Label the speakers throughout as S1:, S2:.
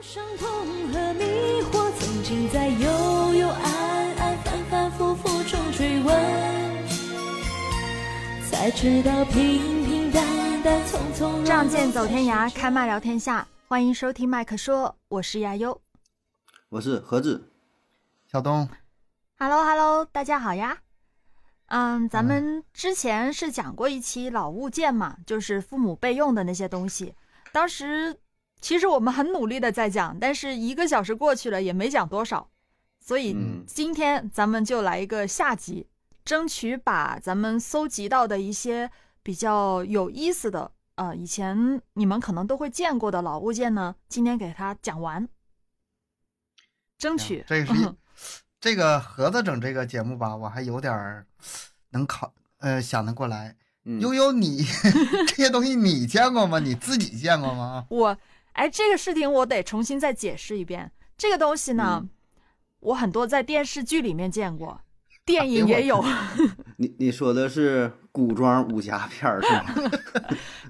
S1: 伤痛和迷惑，曾经在幽幽暗暗、反反复复中追问，才知道平平淡淡、从从容容。
S2: 仗剑走天涯，开麦聊天下，欢迎收听麦克说，我是亚优。
S3: 我是何志，
S4: 小东，
S2: Hello Hello，大家好呀。嗯，咱们之前是讲过一期老物件嘛，就是父母备用的那些东西。当时其实我们很努力的在讲，但是一个小时过去了也没讲多少，所以
S3: 嗯
S2: 今天咱们就来一个下集，争取把咱们搜集到的一些比较有意思的，呃，以前你们可能都会见过的老物件呢，今天给它讲完，争取。
S4: 这个是一这个盒子整这个节目吧，我还有点儿能考呃想得过来。
S3: 嗯
S4: 悠悠你， 这些东西你见过吗？你自己见过吗？
S2: 我哎，这个事情我得重新再解释一遍。这个东西呢，
S3: 嗯啊
S2: 我很多在电视剧里面见过，电影
S4: 给我
S2: 也有。
S3: 你你说的是古装武侠片儿是吗？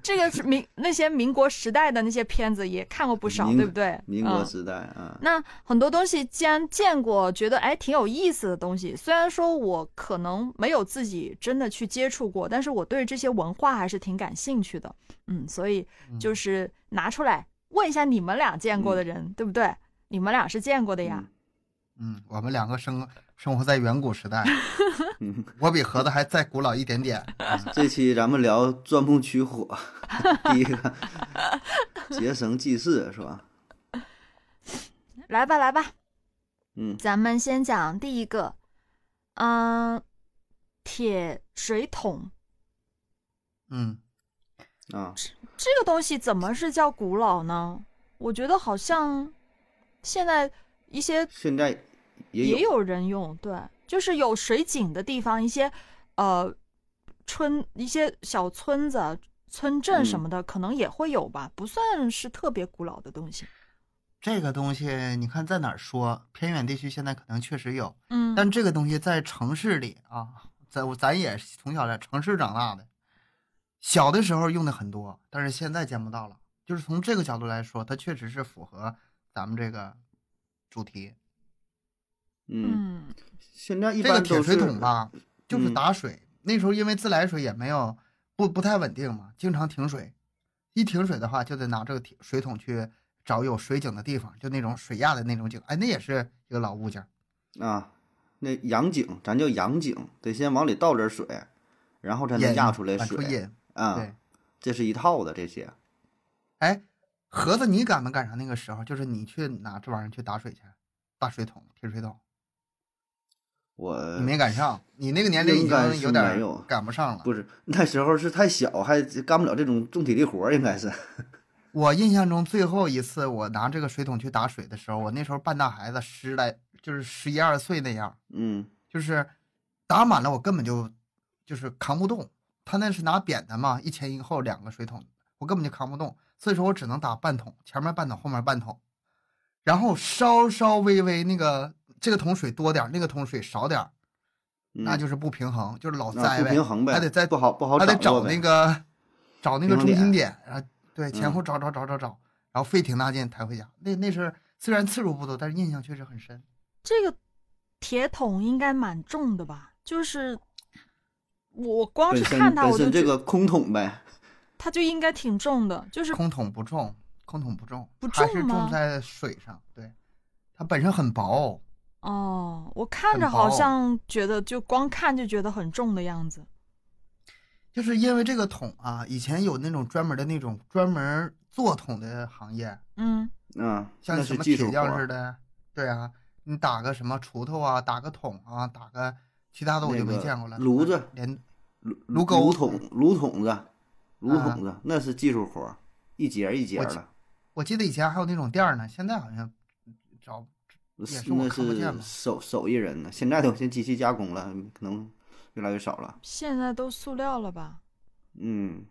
S2: 这个是民那些民国时代的那些片子也看过不少，
S3: 民
S2: 对不对？
S3: 民国
S2: 嗯
S3: 时代啊，
S2: 那很多东西既然见过，觉得哎挺有意思的东西，虽然说我可能没有自己真的去接触过，但是我对这些文化还是挺感兴趣的。嗯，所以就是拿出来问一下你们俩见过的人，对不对？你们俩是见过的呀。
S4: 嗯，我们两个生生活在远古时代，
S3: 嗯，
S4: 我比盒子还再古老一点点。
S3: 这期咱们聊钻木取 火，第一个结绳记事是吧？
S2: 来吧，来吧，
S3: 嗯
S2: 咱们先讲第一个，嗯，铁水桶
S4: 嗯，
S3: 啊，
S2: 这个东西怎么是叫古老呢？我觉得好像现在一些
S3: 现在也有
S2: 也有人用，对，就是有水井的地方，一些呃村一些小村子、村镇什么的，可能也会有吧，不算是特别古老的东西。
S4: 这个东西你看在哪儿说？偏远地区现在可能确实有，
S2: 嗯，
S4: 但这个东西在城市里啊，在我咱也是从小在城市长大的，小的时候用的很多，但是现在见不到了。就是从这个角度来说，它确实是符合咱们这个主题。
S3: 嗯，
S2: 嗯，
S3: 现在一
S4: 这个
S3: 般
S4: 铁
S3: 都
S4: 水
S3: 是
S4: 桶吧，就是
S3: 嗯
S4: 打水。那时候因为自来水也没有不不太稳定嘛，经常停水。一停水的话，就得拿这个铁水桶去找有水井的地方，就那种水压的那种井。哎，那也是一个老物件儿。
S3: 啊，那洋井咱叫洋井，得先往里倒点水，然后才能
S4: 引
S3: 压出来
S4: 反出
S3: 水
S4: 引，对
S3: 啊，。这是一套的这些，
S4: 哎，盒子，你赶没赶上那个时候？就是你去拿这玩意儿去打水去，大水桶、铁水桶，
S3: 我
S4: 你没赶上，你那个年龄已
S3: 应该是
S4: 经有点
S3: 没有
S4: 儿赶不上了。
S3: 不是那时候是太小，还干不了这种重体力活儿，应该是。
S4: 我印象中最后一次我拿这个水桶去打水的时候，我那时候半大孩子，十来就是十一二岁那样，
S3: 嗯
S4: 就是打满了我根本就就是扛不动。他那是拿扁的嘛，一前一后两个水桶，我根本就扛不动，所以说我只能打半桶，前面半桶，后面半桶，然后稍稍微微那个这个桶水多点儿，那个桶水少点儿，
S3: 嗯，
S4: 那就是不平衡，就是老
S3: 啊
S4: 栽
S3: 不
S4: 呗，
S3: 平衡呗，
S4: 还得再
S3: 不好不好
S4: 还得
S3: 掌握
S4: 找
S3: 呗
S4: 那个找那个
S3: 平衡
S4: 中
S3: 点
S4: 心点，然后对前
S3: 嗯
S4: 后找找找找找，然后费挺大劲抬回家。那那是虽然次数不多，但是印象确实很深。
S2: 这个铁桶应该蛮重的吧？就是我光是
S3: 本身
S2: 看它，
S3: 本
S2: 我就
S3: 身这
S2: 觉
S3: 个空桶呗，
S2: 它就应该挺重的，就是
S4: 空桶不重，空桶不重，
S2: 不
S4: 还是
S2: 重吗
S4: 重在水上。对，它本身很薄，
S2: 哦，我看
S4: 很
S2: 着好
S4: 薄
S2: 像觉得就光看就觉得很重的样子。
S4: 就是因为这个桶啊，以前有那种专门的那种专门做桶的行业，
S2: 嗯
S3: 嗯，
S4: 像
S3: 那
S4: 什
S3: 是
S4: 么
S3: 技术
S4: 铁
S3: 活
S4: 匠似
S3: 儿，
S4: 的。对啊，你打个什么锄头啊，打个桶啊，打个其他的我
S3: 那
S4: 就没
S3: 个
S4: 见过了。
S3: 炉子
S4: 连
S3: 炉
S4: 炉钩
S3: 炉桶炉桶子，炉
S4: 啊
S3: 桶子那是技术活儿，一节儿一节
S4: 我
S3: 儿
S4: 记
S3: 的，
S4: 我记得以前还有那种店儿呢，现在好像找
S3: 那
S4: 也
S3: 是
S4: 是我看不见
S3: 那
S4: 嘛
S3: 是手手艺人呢，现在都现机器加工了，可能越来越少了。
S2: 现在都塑料了吧？
S3: 嗯，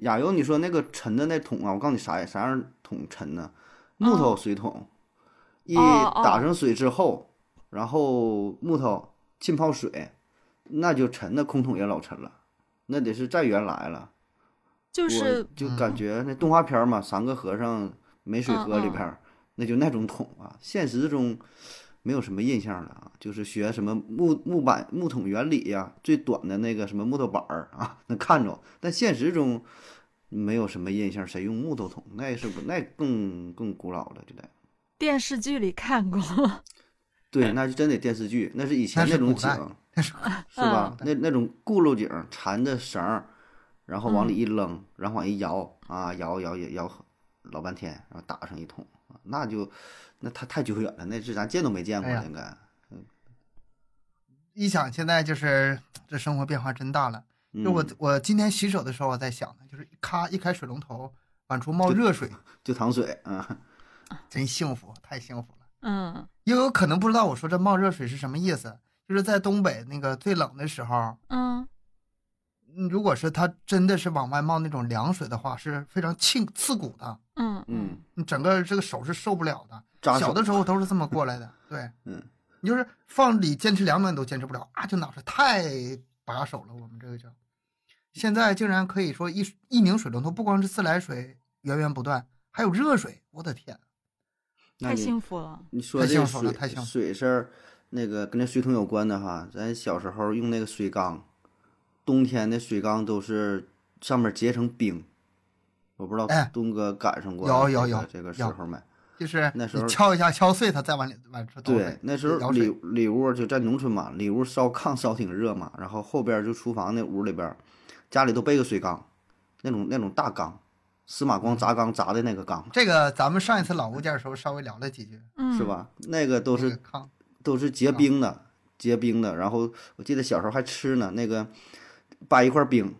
S3: 亚游，你说那个沉的那桶啊，我告诉你啥啥样桶沉呢？木头水桶，一
S2: 哦哦
S3: 打上水之后，然后木头浸泡水，那就沉，那空桶也老沉了，那得是再原来了。
S2: 就是
S4: 嗯
S3: 我就感觉那动画片儿嘛，三个和尚没水
S2: 嗯
S3: 喝里
S2: 嗯
S3: 边儿，那就那种桶啊。现实中没有什么印象了啊，就是学什么木木板木桶原理呀、最短的那个什么木头板儿啊， 能看着。但现实中没有什么印象，谁用木头桶？那是不那更更古老了，就得。
S2: 电视剧里看过，哎
S3: 对，那就真得电视剧，那是以前
S4: 那是
S3: 那种
S4: 古
S3: 井
S4: 代，那是
S3: 是吧？
S4: 嗯
S3: 那那种轱辘井缠着绳儿，然后
S4: 嗯
S3: 往里一扔，然后往一摇啊，摇摇摇摇老半天，然后打上一桶，啊那就那太太久远了，那是咱见都没见过
S4: 哎呀
S3: 了，应该。
S4: 一想现在就是这生活变化真大了。
S3: 嗯
S4: 就我我今天洗手的时候，我在想呢，就是咔一开水龙头，往出冒热水，
S3: 就淌水
S4: 嗯
S3: 啊，
S4: 真幸福，太幸福了。
S2: 嗯
S4: 也有可能不知道我说这冒热水是什么意思，就是在东北那个最冷的时候，
S2: 嗯
S4: 嗯如果是它真的是往外冒那种凉水的话，是非常刺刺骨的，
S2: 嗯
S3: 嗯，
S4: 你整个这个手是受不了的。
S3: 扎手
S4: 小的时候都是这么过 来的，对，
S3: 嗯，
S4: 你就是放里坚持两秒你都坚持不了啊，就脑子太把手了，我们这个叫。现在竟然可以说一一拧水龙头，不光是自来水源源不断，还有热水，我的天！
S3: 那
S2: 太
S3: 你
S2: 幸福了。
S3: 你说
S4: 太
S3: 这个
S4: 幸福了
S3: 水
S4: 太幸福
S3: 水事儿，那个跟那水桶有关的哈，咱小时候用那个水缸，冬天的水缸都是上面结成冰，我不知道
S4: 哎
S3: 东哥赶上过
S4: 有
S3: 这
S4: 有
S3: 个
S4: 有
S3: 这个时
S4: 有
S3: 候没？
S4: 就是
S3: 那时候
S4: 你敲一下敲碎它，再往里往出倒
S3: 对
S4: 水，，
S3: 那时候
S4: 舀
S3: 里
S4: 水
S3: 里屋就在农村嘛，里屋烧炕烧挺热嘛，然后后边就厨房那屋里边，家里都备个水缸，那种那种大缸，司马光砸缸砸的那个缸，
S4: 这个咱们上一次老物件的时候稍微聊了几句，
S2: 嗯，
S3: 是？吧？那个都
S4: 都
S3: 是
S4: 炕，
S3: 都是结冰的，结冰的。然后我记得小时候还吃呢，那个掰一块冰，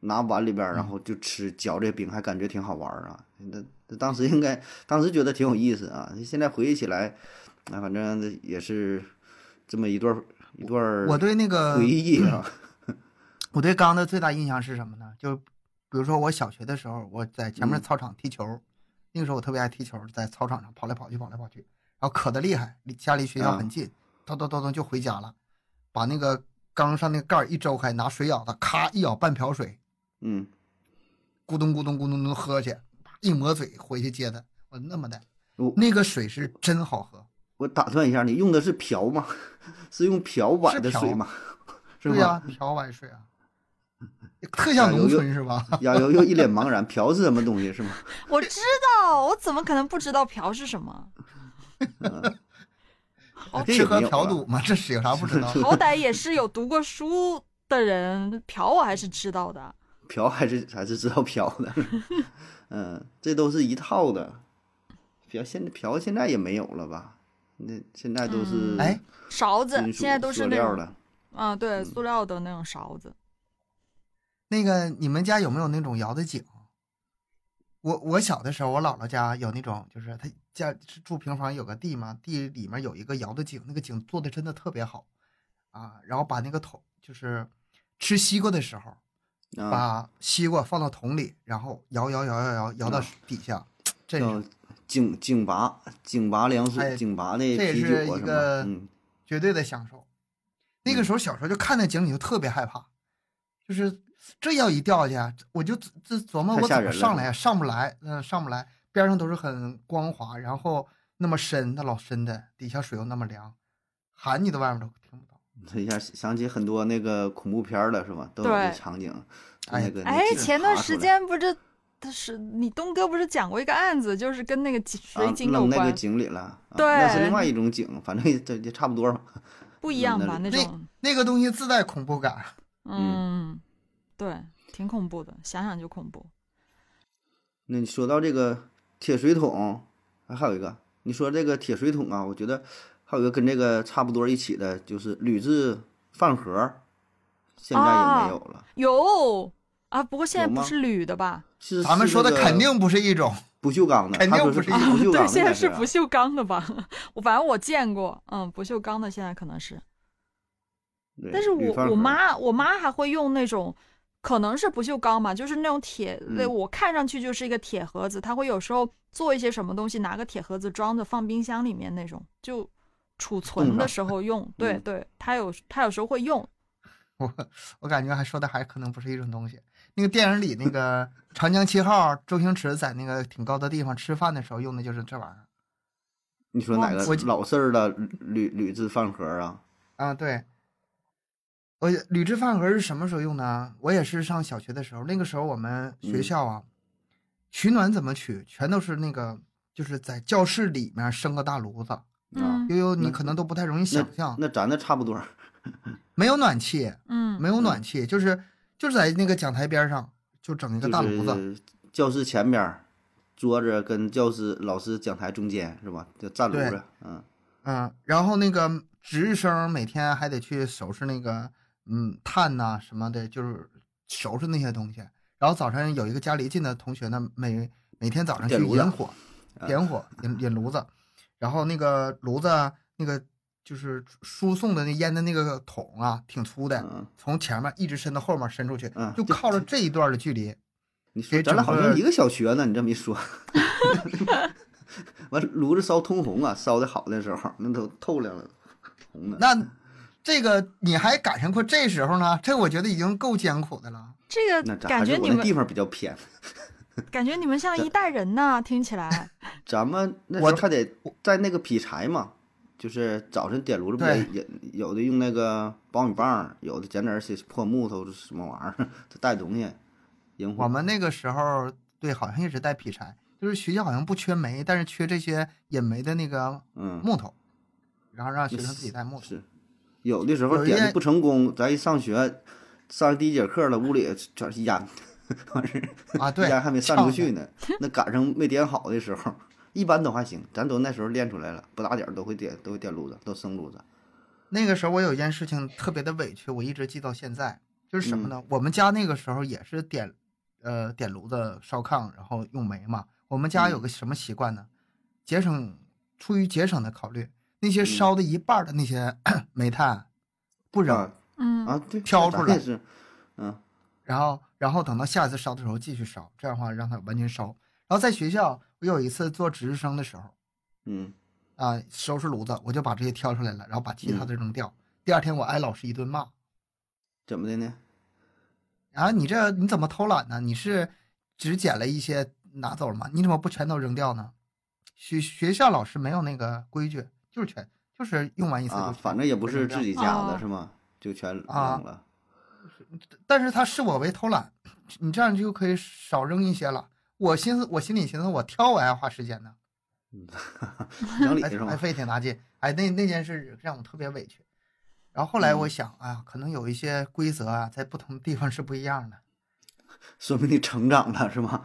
S3: 拿碗里边儿，然后就吃，嚼这冰，还感觉挺好玩儿啊。那那当时应该，当时觉得挺有意思啊。现在回忆起来，啊，反正也是这么一段儿一段儿
S4: 我对那个
S3: 回忆啊。
S4: 我对缸的最大印象是什么呢？就比如说我小学的时候，我在前面
S3: 嗯
S4: 操场踢球，那个时候我特别爱踢球，在操场上跑来跑去，跑来跑去，然后渴的厉害，离家离学
S3: 嗯
S4: 校很近，咚咚咚咚就回家了，把那个缸上那个盖儿一周开，拿水舀子，咔一舀半瓢水，
S3: 嗯，
S4: 咕咚咕咚咕咚咕咚喝去，一抹嘴回去接的，我那么的
S3: 我，
S4: 那个水是真好喝，
S3: 我打断一下，你用的是瓢吗？ 是用瓢崴的水吗？ 是
S4: 对
S3: 吗？
S4: 呀、瓢碗水啊，特像
S3: 哎
S4: 农
S3: 有
S4: 村是吧？
S3: 亚游又一脸茫然，瓢是什么东西是吗？
S2: 我知道，我怎么可能不知道瓢是什么？ 好
S3: 这
S4: 哦吃
S3: 也没
S4: 喝
S3: 有
S4: 嫖
S3: 啊
S4: 赌嘛，这是有啥不 知道？
S2: 好歹也是有读过书的人，瓢我还是知道的。
S3: 嫖还是还是知道嫖的， 嗯，这都是一套的。嫖现在嫖现在也没有了吧？那现在都是
S4: 哎，
S2: 勺子
S3: 金属
S2: 嗯现在都是
S3: 塑
S2: 那
S3: 料
S2: 种
S3: 的，嗯
S2: 啊，对，塑料的那种勺子。
S4: 那个你们家有没有那种摇的井？我我小的时候，我姥姥家有那种，就是她家是住平房，有个地嘛，地里面有一个摇的井，那个井做的真的特别好啊。然后把那个桶，就是吃西瓜的时候，
S3: 啊，
S4: 把西瓜放到桶里，然后摇摇摇摇摇摇到
S3: 啊
S4: 底下，这
S3: 叫
S4: 是
S3: 井井拔井拔凉
S4: 哎
S3: 水，井拔的
S4: 这也
S3: 啤酒
S4: 是
S3: 啊
S4: 一
S3: 什
S4: 个
S3: 么，嗯，
S4: 绝对的享受。那个时候小时候就看那井，你就特别害怕，就是这要一掉下去，啊我就自自琢磨
S3: 太
S4: 我
S3: 吓
S4: 怎么
S3: 人了
S4: 上来呀，上不来，嗯、上不来，边上都是很光滑，然后那么深，那老深的，底下水又那么凉，喊你都外面都听不到。
S3: 这一下想起很多那个恐怖片儿了是吧？都有
S2: 对
S3: 这场景，
S4: 哎
S3: 那个那
S2: 哎，
S3: 井
S2: 前段
S3: 爬出
S2: 时
S3: 来啊
S2: 间不是，他是你东哥不是讲过一个案子，就是跟那个井水
S3: 啊
S2: 井有
S3: 扔那
S2: 关，
S3: 个井里了，啊
S2: 对
S3: 那是另外一种井，反正这也差不多嘛。
S2: 不一样吧？
S3: 那
S2: 那种，
S4: 那个东西自带恐怖感，
S2: 嗯，对，挺恐怖的，想想就恐怖。
S3: 那你说到这个铁水桶，啊还有一个，你说这个铁水桶啊，我觉得还有一个跟这个差不多一起的，就是铝制饭盒儿，现在也没有
S2: 哦
S3: 了。
S2: 有啊，不过现在
S3: 有吗
S2: 不是铝的吧？
S3: 是
S4: 咱们
S3: 是
S4: 说的
S3: 这个
S4: 肯定不是一种。
S3: 不锈钢的，
S4: 肯定
S3: 他说
S4: 不
S3: 是
S4: 是
S3: 不锈钢
S2: 对，
S3: 的，
S2: 现在
S3: 是
S2: 是不锈钢的吧？我反正我见过，嗯，不锈钢的现在可能是，
S3: 对
S2: 但是
S3: 铝
S2: 我
S3: 饭
S2: 我
S3: 盒儿
S2: 妈我妈还会用那种，可能是不锈钢吧，就是那种铁类，
S3: 嗯
S2: 我看上去就是一个铁盒子，她会有时候做一些什么东西，拿个铁盒子装着放冰箱里面那种，就储存
S3: 冻
S2: 的
S3: 上
S2: 时候 用。对
S3: 嗯
S2: 对，她有她有时候会用，
S4: 我我感觉还说的还可能不是一种东西。那个电影里那个《长江七号》，周星驰在那个挺高的地方吃饭的时候用的就是这玩意儿，
S3: 你说哪
S4: 忘
S3: 个
S4: 记
S3: 老式儿的铝铝制饭盒啊？
S4: 啊，对。我铝制饭盒是什么时候用的啊？我也是上小学的时候，那个时候我们学
S3: 嗯
S4: 校啊，取暖怎么取，全都是那个，就是在教室里面生个大炉子。
S3: 啊，
S2: 嗯
S4: 悠悠，你
S3: 那
S4: 可能都不太容易想象，
S3: 那咱那差不多儿。
S4: 没有暖气，
S2: 嗯
S4: 没有暖气，就是就是在那个讲台边上就整一个大炉子，
S3: 就是教室前边儿桌子跟教室老师讲台中间是吧？就站炉
S4: 对
S3: 子，嗯，
S4: 嗯，然后那个值日生每天还得去收拾那个嗯炭呐、什么的，就是收拾那些东西。然后早上有一个家离近的同学呢，每每天早上去
S3: 点炉子嗯
S4: 引火，点火引引炉子，然后那个炉子啊那个就是输送的那烟的那个桶啊，挺粗的
S3: 嗯，
S4: 从前面一直伸到后面伸出去
S3: 嗯，
S4: 就
S3: 就
S4: 靠着这一段的距离，
S3: 你说
S4: 给
S3: 咱俩
S4: 整
S3: 好
S4: 个
S3: 像一个小学呢，你这么一说， 完炉子烧通红啊，烧的好的时候那都透亮了，红的。
S4: 那这个你还赶上过这时候呢？这我觉得已经够艰苦的了。
S2: 这
S3: 那
S2: 个
S3: 咱
S2: 感
S3: 还是
S2: 觉
S3: 我
S2: 你
S3: 那地
S2: 们
S3: 方比较偏，
S2: 感觉你们像
S3: 这
S2: 一代人呢，听起来。
S3: 咱们那时
S4: 我
S3: 候还得在那个劈柴嘛，就是早晨点炉子不
S4: 对
S3: 也也有的用那个苞米棒儿，有的捡点儿些破木头什么玩意儿， 就带东西。引火
S4: 我们那个时候对，好像一直带劈柴，就是学校好像不缺煤，但是缺这些引煤的那个
S3: 嗯
S4: 木头，然后让学
S3: 那
S4: 生自己带木头。
S3: 是，有的时候
S4: 有一
S3: 点的
S4: 些
S3: 不成功，咱一上学，上第一节课了，屋里全是烟，完事儿
S4: 啊，对，
S3: 烟还没散
S4: 呛
S3: 出
S4: 的
S3: 去呢。那赶上没点好的时候，一般都还行，咱都那时候练出来了，不打点儿都会点，都会点炉子，都生炉子。
S4: 那个时候我有一件事情特别的委屈，我一直记到现在，就是什么
S3: 嗯
S4: 呢？我们家那个时候也是点，呃，点炉子烧炕，然后用煤嘛。我们家有
S3: 嗯
S4: 个什么习惯呢？节省，出于节省的考虑，那些烧的一半儿的那些 煤炭不扔，
S3: 嗯
S2: 嗯
S3: 啊啊，对，
S4: 挑
S3: 咱
S4: 出
S3: 也
S4: 来
S3: 是，嗯，
S4: 然后然后等到下一次烧的时候继续烧，这样的话让它完全烧。然后在学校，我有一次做值日生的时候，
S3: 嗯，
S4: 啊、收拾炉子，我就把这些挑出来了，然后把其他的扔掉。第二天我挨老师一顿骂，
S3: 怎么的呢？
S4: 啊，你这你怎么偷懒呢？你是只捡了一些拿走了吗？你怎么不全都扔掉呢？学学校老师没有那个规矩，就是全就是用完一次就
S3: 啊，
S4: 全
S3: 反正也不是自己家
S2: 哦
S3: 的是吗？就全扔
S4: 啊
S3: 了。
S4: 但是他视我为偷懒，你这样就可以少扔一些了。我心思我心里寻思，我挑我还要花时间呢，
S3: 讲理
S4: 还
S3: 是
S4: 还
S3: 吗？
S4: 费挺大劲。哎，那那件事让我特别委屈。然后后来我
S3: 嗯
S4: 想啊，可能有一些规则啊，在不同地方是不一样的。
S3: 说明你成长了是吗？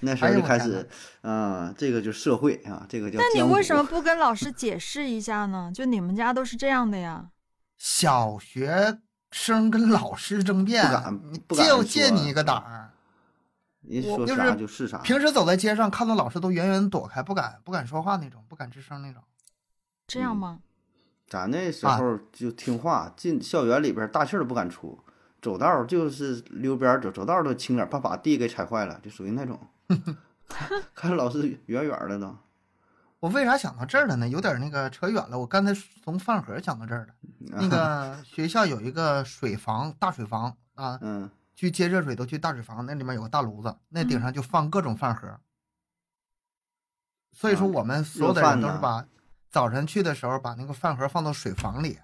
S3: 那时
S4: 哎
S3: 候
S4: 呦
S3: 就
S4: 我
S3: 开
S4: 天
S3: 始，啊，这个就是社会啊，这个叫。
S2: 那你为什么不跟老师解释一下呢？就你们家都是这样的呀？
S4: 小学生跟老师争辩，
S3: 不敢
S4: 你
S3: 不敢
S4: 借我
S3: 说
S4: 借你一个胆儿。
S3: 人
S4: 我
S3: 说
S4: 就
S3: 啥
S4: 是
S3: 就是啥。
S4: 平时走在街上，看到老师都远远地躲开，不敢不敢说话那种，不敢吱声那种。
S2: 这
S3: 嗯
S2: 样吗？
S3: 咱那时
S4: 啊
S3: 候就听话，进校园里边儿大气儿都不敢出，走道儿就是溜边儿走，走道儿都轻点儿，怕把地给踩坏了，就属于那 种。看老师远远儿的都，
S4: 我为啥想到这儿了呢？有点那个扯远了。我刚才从饭盒讲到这儿了。
S3: 嗯
S4: 那个学校有一个水房，大水房啊，
S3: 嗯，
S4: 去接热水都去大水房，那里面有个大炉子，那顶上就放各种饭盒。所以说，
S3: 啊
S4: 我们所有的
S3: 热
S4: 人
S3: 饭
S4: 都是
S3: 呐
S4: 把早晨去的时候把那个饭盒放到水房里，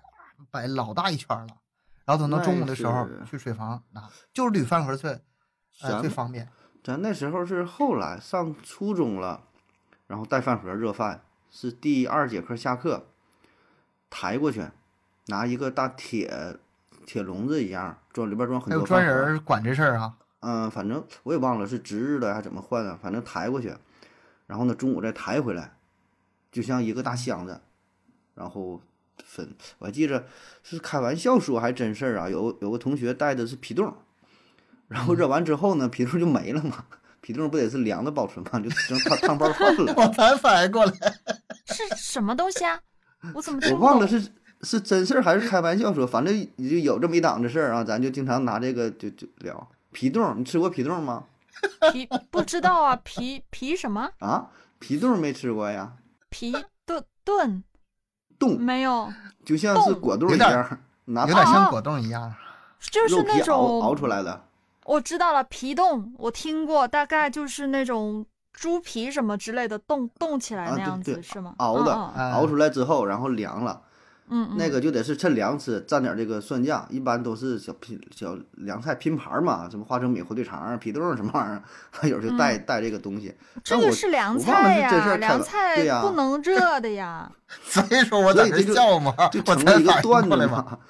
S4: 摆老大一圈了。然后等到
S3: 那
S4: 中午的时候
S3: 是
S4: 去水房拿，就是铝饭盒最
S3: 咱
S4: 呃最
S3: 们
S4: 方便。
S3: 咱那时候是后来上初中了，然后带饭盒热饭，是第二节课下课，抬过去，拿一个大铁铁笼子一样，装里边装很
S4: 还
S3: 多
S4: 有专
S3: 饭盒
S4: 人管这事儿 啊？
S3: 嗯，反正我也忘了是值日的还是怎么换啊，反正抬过去，然后呢中午再抬回来，就像一个大箱子，然后分。我还记着是开玩笑说还真事儿啊，有有个同学带的是皮冻，然后热完之后呢，皮冻就没了嘛，皮冻不得是凉的保存嘛，就成烫烫包饭 了。
S4: 我才反应过来，
S3: 啊
S2: 是什么东西啊？我怎么听
S3: 我
S2: 不
S3: 忘了
S2: 懂？
S3: 是是真事儿还是开玩笑说，反正就有这么一档子事儿啊，咱就经常拿这个就就聊皮冻。你吃过皮冻吗？
S2: 皮不知道啊，皮皮什么
S3: 啊，皮冻没吃过呀。
S2: 皮炖炖
S3: 冻
S2: 没有？
S3: 就像是果冻一
S4: 有点
S3: 样，拿
S4: 有点像
S3: 啊
S2: 哦
S4: 果冻一样。
S2: 就是
S3: 肉
S2: 那
S3: 皮熬熬
S2: 种
S3: 出来的。
S2: 我知道了，皮冻我听过，大概就是那种猪皮什么之类的冻冻起来
S3: 啊
S2: 那样
S3: 对
S2: 子、
S3: 对
S2: 是吗？
S3: 熬的
S2: 嗯
S4: 啊
S3: 熬出来之后，然后凉了，
S2: 嗯嗯，
S3: 那个就得是趁凉吃，蘸点这个蒜酱，一般都是小拼小凉菜拼盘儿嘛，什么花生米、火腿肠儿、皮冻儿什么玩意儿， 它有时候带、带这个东西。
S2: 嗯这
S3: 但
S2: 个
S3: 我
S2: 是凉
S3: 我忘了
S2: 菜
S3: 是
S2: 呀，
S3: 真事儿开
S2: 凉
S3: 了
S2: 菜
S3: 对呀
S2: 不能热的呀。
S4: 所以说我在
S3: 所
S4: 这
S3: 以这就
S4: 笑嘛，
S3: 就
S4: 我
S3: 成
S4: 才
S3: 了一个段
S4: 反应
S3: 子
S4: 过来嘛。
S3: 嘛。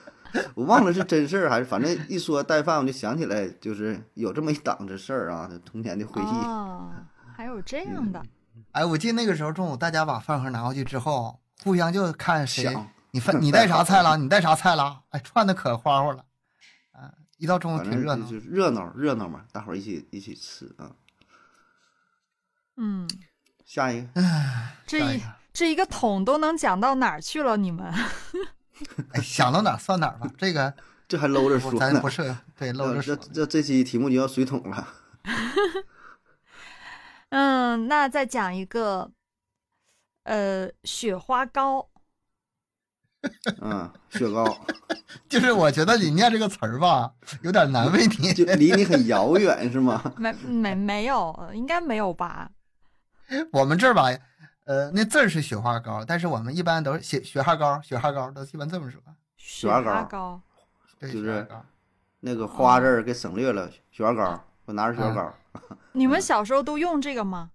S3: 我忘了是真事儿还是，反正一说带饭，我就想起来，就是有这么一档子事儿啊，童年 的回忆。
S2: 哦，还有这样的，
S4: 哎，我记得那个时候中午大家把饭盒拿过去之后，互相就看谁
S3: 想
S4: 你饭你带啥菜了，你带啥 菜了，哎，串的可花花了，啊，一到中午
S3: 反
S4: 挺
S3: 正
S4: 热闹
S3: 就。是热闹热闹嘛，大伙儿一起一起吃啊。
S2: 嗯，
S3: 下一个，
S2: 这
S4: 下一
S2: 一
S4: 个
S2: 这一个桶都能讲到哪儿去了？你们
S4: 哎，想到哪儿算哪儿吧，这个
S3: 这还搂着说
S4: 我咱
S3: 呢
S4: 不， 是对搂着
S3: 这
S4: 说，
S3: 这这期题目就要水桶了。
S2: 嗯，那再讲一个，呃，雪花膏，
S3: 嗯，雪糕
S4: 就是我觉得你念这个词儿吧，有点难为你。
S3: 就离你很遥远是吗？
S2: 没没没有，应该没有吧？
S4: 我们这儿吧，呃，那字儿是雪花膏，但是我们一般都是写雪花膏，雪花膏都一般这么说。
S2: 雪
S3: 花
S2: 花
S3: 膏
S2: 膏，
S4: 对，
S3: 就是
S4: 雪花膏
S3: 那个花字儿给省略了，雪糕，我拿着雪糕。
S2: 你
S3: 嗯
S2: 们小时候都用这个吗？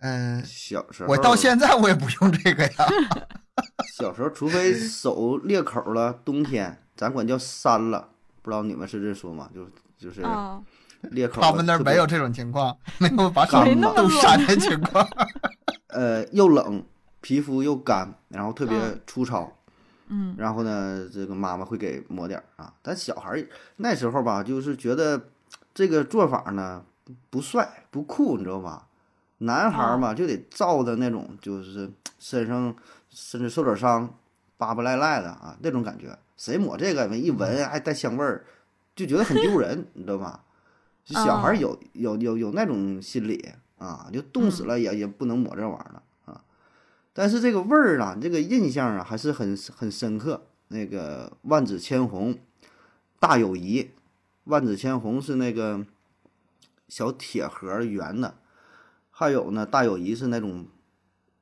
S4: 嗯，
S3: 小时候，
S4: 我到现在我也不用这个呀。
S3: 小时候，除非手裂口了，冬天咱管叫山了，不知道你们是这说吗？就就是
S2: 啊，
S3: 裂口了。
S4: 他们那儿
S3: 特别
S4: 没有这种情况，没有把手
S3: 干嘛
S4: 冻山的情况。
S3: 呃，又冷，皮肤又干，然后特别
S2: 嗯
S3: 粗糙。
S2: 嗯
S3: 然后呢，这个妈妈会给抹点儿啊。但小孩儿那时候吧，就是觉得这个做法呢不帅不酷，你知道吧？男孩儿
S2: 哦
S3: 嘛就得照的那种，就是身上甚至受点伤，巴巴赖赖的啊那种感觉。谁抹这个一
S2: 嗯
S3: 闻还带香味儿，就觉得很丢人，你知 道吧？就小
S2: 嗯
S3: 孩儿有有有有那种心理啊，就冻死了也也不能抹这玩意儿了啊。但是这个味儿啊，这个印象啊，还是很很深刻。那个万紫千红，大友谊，万紫千红是那个小铁盒儿圆的，还有呢，大友谊是那种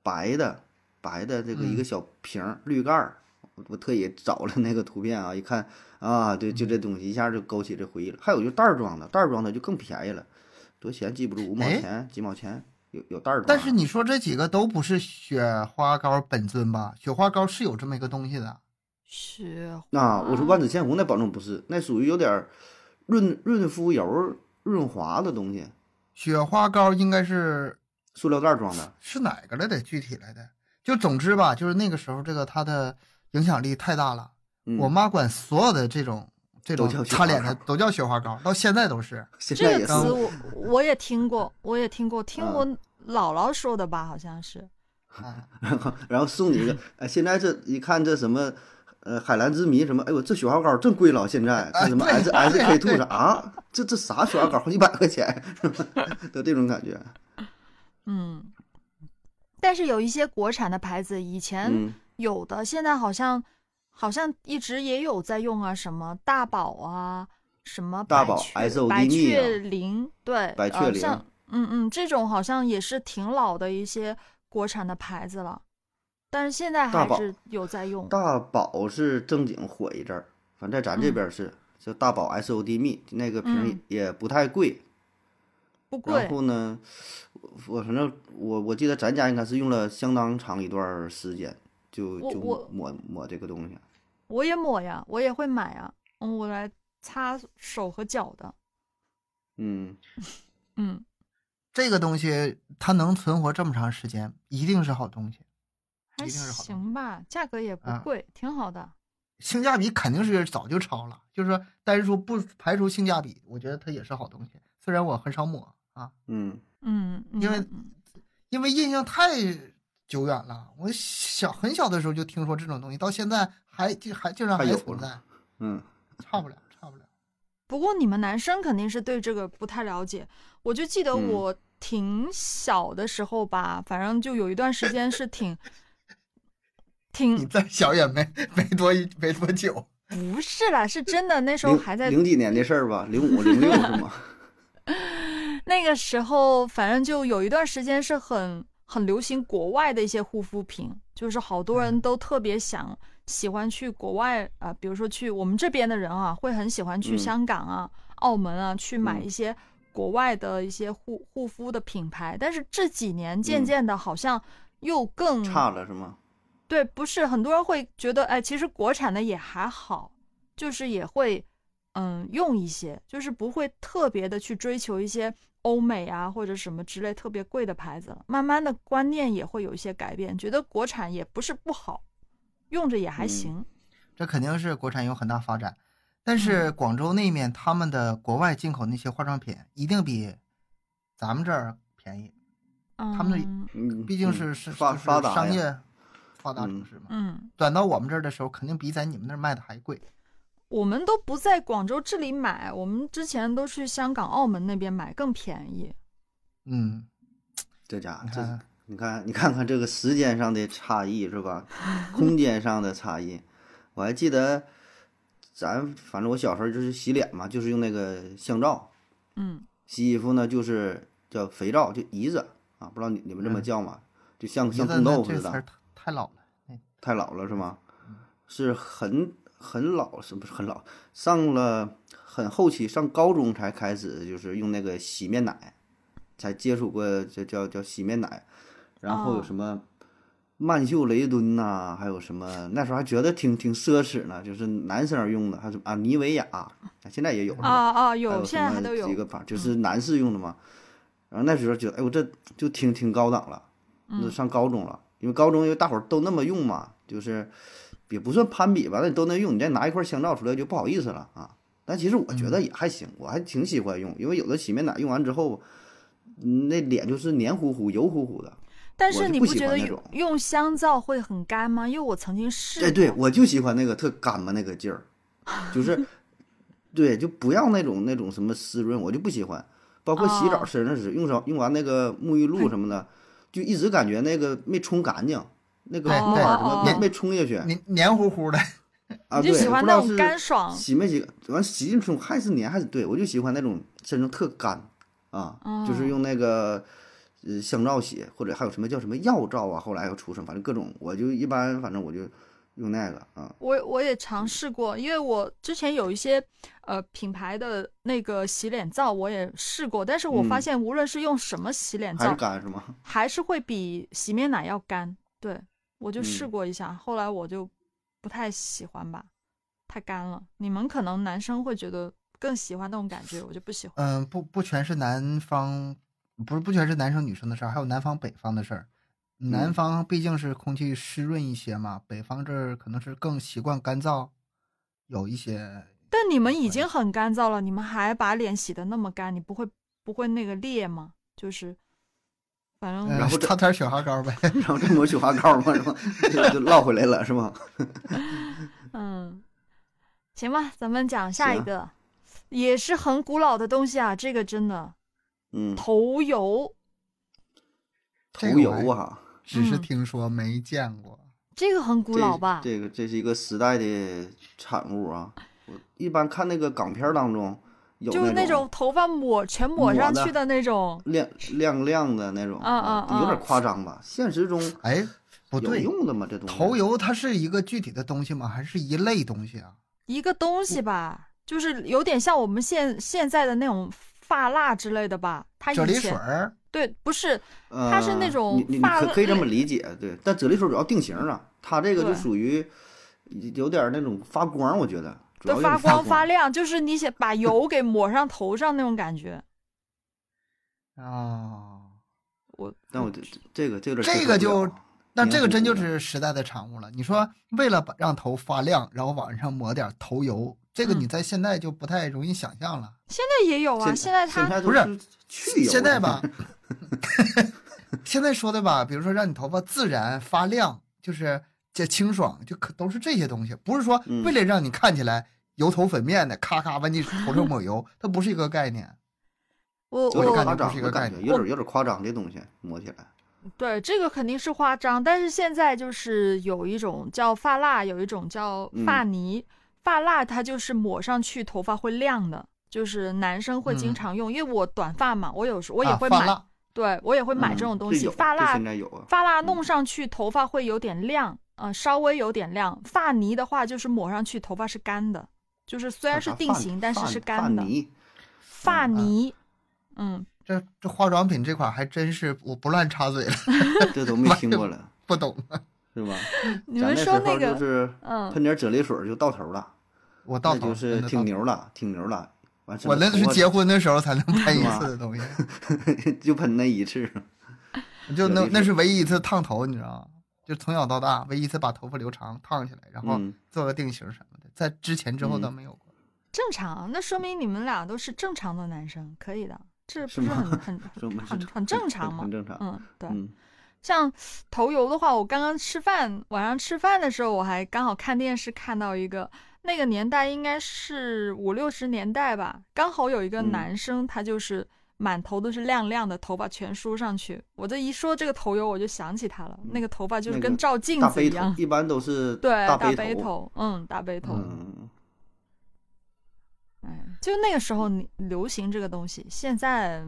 S3: 白的白的这个
S4: 嗯
S3: 一个小瓶儿、绿盖儿。我我特意找了那个图片啊，一看啊，对，就这东西一下就勾起这回忆了。还有就是袋儿装的，袋儿装的就更便宜了，多少钱记不住，五毛
S4: 哎
S3: 钱、几毛钱，有有袋儿装的。
S4: 但是你说这几个都不是雪花膏本尊吧？雪花膏是有这么一个东西的，
S2: 雪
S3: 啊，我说
S2: 花
S3: 万紫千红那保证不是，那属于有点儿润润肤油儿、润滑的东西，
S4: 雪花膏应该是
S3: 塑料袋儿装的。
S4: 是哪个来的？具体来的？就总之吧，就是那个时候这个它的影响力太大了。
S3: 嗯、
S4: 我妈管所有的这种这
S3: 都
S4: 种
S3: 叫雪
S4: 擦
S3: 花
S4: 脸的
S3: 膏
S4: 都叫雪花膏，到现在都是。
S3: 现在
S2: 这
S3: 也
S2: 个
S3: 是
S2: 词我我也听过，我也听过，听
S3: 啊
S2: 我姥姥说的吧，好像是。
S4: 啊，
S3: 然后送你一个，哎，现在这一看这什么，呃，海蓝之谜什么，哎呦，这雪花膏真贵了，现在这什么 S S K two 啥、啊，这这啥雪花膏，好几百块钱， 就这种感觉。
S2: 嗯，但是有一些国产的牌子，以前
S3: 嗯，
S2: 有的，现在好像好像一直也有在用啊，什么大宝啊，什么
S3: 大
S2: 百
S3: 宝
S2: 雀
S3: SOD
S2: 百
S3: 蜜啊
S2: 雀羚，对，
S3: 百雀
S2: 呃
S3: 羚
S2: 像嗯嗯，这种好像也是挺老的一些国产的牌子了，但是现在
S3: 大
S2: 还
S3: 宝
S2: 是有在用。
S3: 大宝是正经火一阵儿，反正在咱这边儿是，叫大宝 S O D 蜜那个瓶儿也
S2: 嗯
S3: 也不太贵，
S2: 不贵
S3: 然，后呢，我反正我我记得咱家应该是用了相当长一段儿时间，就
S2: 我
S3: 就
S2: 我
S3: 抹抹这个东西。
S2: 我也抹呀，我也会买呀，嗯，我来擦手和脚的，
S3: 嗯，
S2: 嗯，
S4: 这个东西它能存活这么长时间，一定是好东西，
S2: 还
S4: 一定是好东西
S2: 行吧，价格也不
S4: 啊
S2: 贵，挺好的。
S4: 性价比肯定是早就超了。就是说，但是说不排除性价比，我觉得它也是好东西。虽然我很少抹啊，
S3: 嗯，
S2: 嗯，
S4: 因为
S2: 嗯嗯
S4: 因为印象太久远了。我小很小的时候就听说这种东西，到现在还就还竟然
S3: 还
S4: 还
S3: 有
S4: 存在，
S3: 嗯，
S4: 差不了，差不 了。
S2: 不过你们男生肯定是对这个不太了解，我就记得
S3: 嗯
S2: 我挺小的时候吧，反正就有一段时间是挺
S4: 你
S2: 挺
S4: 再小也没没多一没多久，
S2: 不是啦，是真的那时候
S3: 零
S2: 还在
S3: 零几年的事儿吧，零五零六是吗？
S2: 那个时候反正就有一段时间是很很流行国外的一些护肤品，就是好多
S3: 嗯
S2: 人都特别想喜欢去国外啊、比如说去我们这边的人啊，会很喜欢去
S3: 嗯
S2: 香港啊、澳门啊去买
S3: 嗯
S2: 一些国外的一些护护肤的品牌，但是这几年渐渐的好像又更
S3: 嗯差了是吗？
S2: 对，不是很多人会觉得，哎，其实国产的也还好，就是也会，嗯，用一些，就是不会特别的去追求一些欧美啊或者什么之类特别贵的牌子了。慢慢的观念也会有一些改变，觉得国产也不是不好，用着也还
S3: 嗯
S2: 行。
S4: 这肯定是国产有很大发展。但是广州那面他们的国外进口那些化妆品一定比咱们这儿便宜，
S2: 嗯，
S4: 他们的
S3: 嗯，
S4: 毕竟
S3: 嗯
S4: 是是
S3: 发
S4: 就是
S3: 发达
S4: 商
S3: 呀
S4: 业发达城
S3: 嗯
S4: 市嘛。
S2: 嗯，
S4: 转到我们这儿的时候，肯定比在你们那儿卖的还贵。
S2: 我们都不在广州这里买，我们之前都去香港、澳门那边买，更便宜。
S4: 嗯，
S3: 这家伙
S4: 你
S3: 这
S4: 看
S3: 你看，你看看这个时间上的差异是吧？空间上的差异，我还记得，咱反正我小时候就是洗脸嘛，就是用那个香皂，
S2: 嗯
S3: 洗衣服呢就是叫肥皂，就胰子啊，不知道你你们这
S4: 嗯
S3: 么叫吗？就像
S4: 觉
S3: 像
S4: 得
S3: 冻
S4: 那
S3: 豆腐
S4: 这
S3: 似
S4: 词儿
S3: 的，
S4: 太太老了。
S3: 太老了是吗？是很很老，是不是很老？上了很后期，上高中才开始就是用那个洗面奶，才接触过这叫叫洗面奶，然后有
S2: 哦
S3: 什么？曼秀雷敦呐、还有什么？那时候还觉得挺挺奢侈呢，就是男生用的，还有什么啊妮维雅，现在也有是吧
S2: 啊啊，
S3: 还有
S2: 有，
S3: 什
S2: 现在还
S3: 么
S2: 都有嗯
S3: 几。个牌，就是男士用的嘛。然后那时候觉得，哎呦，这就挺挺高档了。那
S2: 嗯
S3: 上高中了，因为高中因为大伙儿都那么用嘛，就是也不算攀比吧，那你都能用，你再拿一块香皂出来就不好意思了啊。但其实我觉得也还行，我还挺喜欢用，因为有的洗面奶用完之后，嗯那脸就是黏糊糊、油乎乎的。
S2: 但
S3: 我
S2: 是
S3: 是
S2: 你
S3: 不
S2: 不
S3: 喜
S2: 觉
S3: 欢
S2: 得
S3: 那
S2: 用
S3: 种
S2: 用香皂会很干吗？因为我曾经试，
S3: 哎，对，我就喜欢那个特干巴那 个劲儿，就是，对，就不要那种那种什么湿润，我就不喜欢。包括洗澡
S2: 哦
S3: 身上是用上用完那个沐浴露什么的，就一直感觉那个没冲干净，那个
S4: 对
S3: 泡泡什
S2: 哦
S3: 么没没冲下去
S4: 黏黏糊糊的，
S3: 啊。
S2: 你就
S3: 对
S2: 喜欢
S3: 不知
S2: 那
S3: 道
S2: 种
S3: 是
S2: 干爽，
S3: 洗没洗完洗进冲还是黏还是对，我就喜欢那种身上特干啊，就是
S2: 嗯
S3: 用那个呃香皂洗，或者还有什么叫什么药皂啊，后来又出什么，反正各种，我就一般反正我就用那个啊，
S2: 我我也尝试过，因为我之前有一些呃品牌的那个洗脸皂我也试过，但是我发
S3: 嗯
S2: 现无论是用什么洗脸
S3: 还
S2: 皂
S3: 是，干是吗？
S2: 还是会比洗面奶要干。对我就试
S3: 嗯
S2: 过一下，后来我就不太喜欢吧，太干了。你们可能男生会觉得更喜欢那种感觉，我就不喜欢。
S4: 嗯，不不全是南方，不是不全是男生女生的事儿，还有南方北方的事儿。南
S3: 嗯
S4: 方毕竟是空气湿润一些嘛，北方这儿可能是更习惯干燥，有一些
S2: 但你们已
S4: 关
S2: 经很干燥了，你们还把脸洗得那么干，你不会不会那个裂吗？就是，反正
S4: 嗯
S3: 然后这
S4: 擦点雪花膏呗。
S3: 然后这抹雪花膏嘛，是吧？ 就就落回来了，是吧？
S2: 嗯，行吧，咱们讲下一
S3: 行
S2: 个，也是很古老的东西啊，这个真的
S3: 嗯，
S2: 头油，
S3: 头
S4: 这个
S3: 油
S4: 我还
S3: 啊，
S4: 只是
S2: 嗯
S4: 听说没见过。
S2: 这个很古老吧？
S3: 这这个这是一个时代的产物啊。我一般看那个港片儿当中有
S2: 就是那种头发抹全抹
S3: 抹
S2: 上
S3: 的
S2: 去的那种，
S3: 亮亮亮的那种，
S2: 啊啊啊
S3: 有点夸张吧？现实中
S4: 哎，不
S3: 有
S4: 对，
S3: 用的吗？这东西
S4: 头油它是一个具体的东西吗？还是一类东西啊？
S2: 一个东西吧，就是有点像我们现现在的那种发蜡之类的吧。它
S4: 啫喱
S2: 以
S4: 水
S2: 前
S4: 儿，
S2: 对，不是
S3: 呃，
S2: 它是那种
S3: 你你你
S2: 发
S3: 可可以这么
S2: 类
S3: 理解，对。但啫喱水主要定型啊，它这个就
S2: 对
S3: 属于有点儿那种发光，我觉得主
S2: 对
S3: 要就是
S2: 发光发
S3: 光。
S2: 亮，就是你想把油给抹上头上那种感觉。
S4: 啊，
S2: 我
S3: 但我这这个这个有点
S4: 这
S3: 接受不
S4: 个就
S3: 了啊
S4: 那这个真就
S3: 黏糊糊
S4: 是时代的产物了。你说为了把让头发亮，然后往上抹点头油，这个
S2: 嗯
S4: 你在现在就不太容易想象了。
S2: 现在也有啊，现在它
S3: 现在都
S4: 不是
S3: 去油，
S4: 现在吧， 现在说的吧，比如说让你头发自然发亮，就是这清爽，就可都是这些东西，不是说
S3: 嗯
S4: 为了让你看起来油头粉面的，咔咔往你头上抹油，它不是一个概念。
S2: 我
S3: 有点
S4: 我
S2: 我
S3: 夸
S4: 感觉
S3: 张
S4: 不，是一
S3: 我
S4: 个概
S3: 感觉
S4: 念
S3: 有点有点夸张，这东西摸起来，
S2: 对，这个肯定是夸张，但是现在就是有一种叫发蜡，有一种叫发泥。发蜡它就是抹上去头发会亮的，就是男生会经
S4: 嗯
S2: 常用，因为我短发嘛，我有时我也
S4: 啊
S2: 会
S4: 发
S2: 买，
S4: 蜡
S2: 对我也会买这种东西，
S3: 有
S2: 发
S3: 嗯这
S2: 蜡
S3: 现在有啊，
S2: 发蜡弄上去头发会有点亮，嗯、稍微有点亮。发泥的话就是抹上去头发是干的，就是虽然是
S3: 啥
S2: 定
S3: 发
S2: 型，但是
S3: 发
S2: 是
S3: 发
S2: 干的。
S3: 泥，啊
S2: 发
S4: 嗯啊
S2: 泥，嗯，
S4: 这这化妆品这块儿还真是我不乱插嘴了，
S3: 这都没听过 了，
S4: 不懂，
S3: 是吧？
S2: 你
S3: 咱
S2: 们说
S3: 那时候
S2: 那个，
S3: 就是
S2: 嗯
S3: 喷点啫喱水儿就到头了，
S4: 我到
S3: 那
S4: 头
S3: 就
S4: 儿
S3: 是
S4: 真的
S3: 挺
S4: 到头
S3: 牛了，挺牛了。完事
S4: 儿。我那是结
S3: 结
S4: 婚的时候才能喷一
S3: 是吧
S4: 次的东 西，
S3: 就喷那一次，
S4: 就那
S3: 有历史
S4: 那是唯一一次烫头，你知道吗？就从小到大唯一一次把头发留长烫起来，然
S2: 哦
S4: 后
S3: 嗯，
S4: 做个定型什么的，在之前之后都
S3: 嗯
S4: 没有过。
S2: 正常，那说明你们俩都是正常的男生，可以的，这
S3: 是
S2: 不是
S3: 吗
S2: 很很
S3: 这我们
S2: 很
S3: 这
S2: 很正常吗
S3: 很？正常。
S2: 嗯，对。
S3: 嗯，
S2: 像头油的话，我刚刚吃饭，晚上吃饭的时候，我还刚好看电视看到一个，那个年代应该是五六十年代吧，刚好有一个
S3: 嗯
S2: 男生，他就是满头都是亮亮的，头发全梳上去。我这一说这个头油，我就想起他了，那个头发就是
S3: 那
S2: 跟
S3: 个
S2: 照镜
S3: 大
S2: 子一
S3: 背头
S2: 样，
S3: 一般都 是
S2: 对，
S3: 大
S2: 大
S3: 背头，
S2: 头，嗯，大背头，
S3: 嗯，
S2: 哎，就那个时候你流行这个东西，现在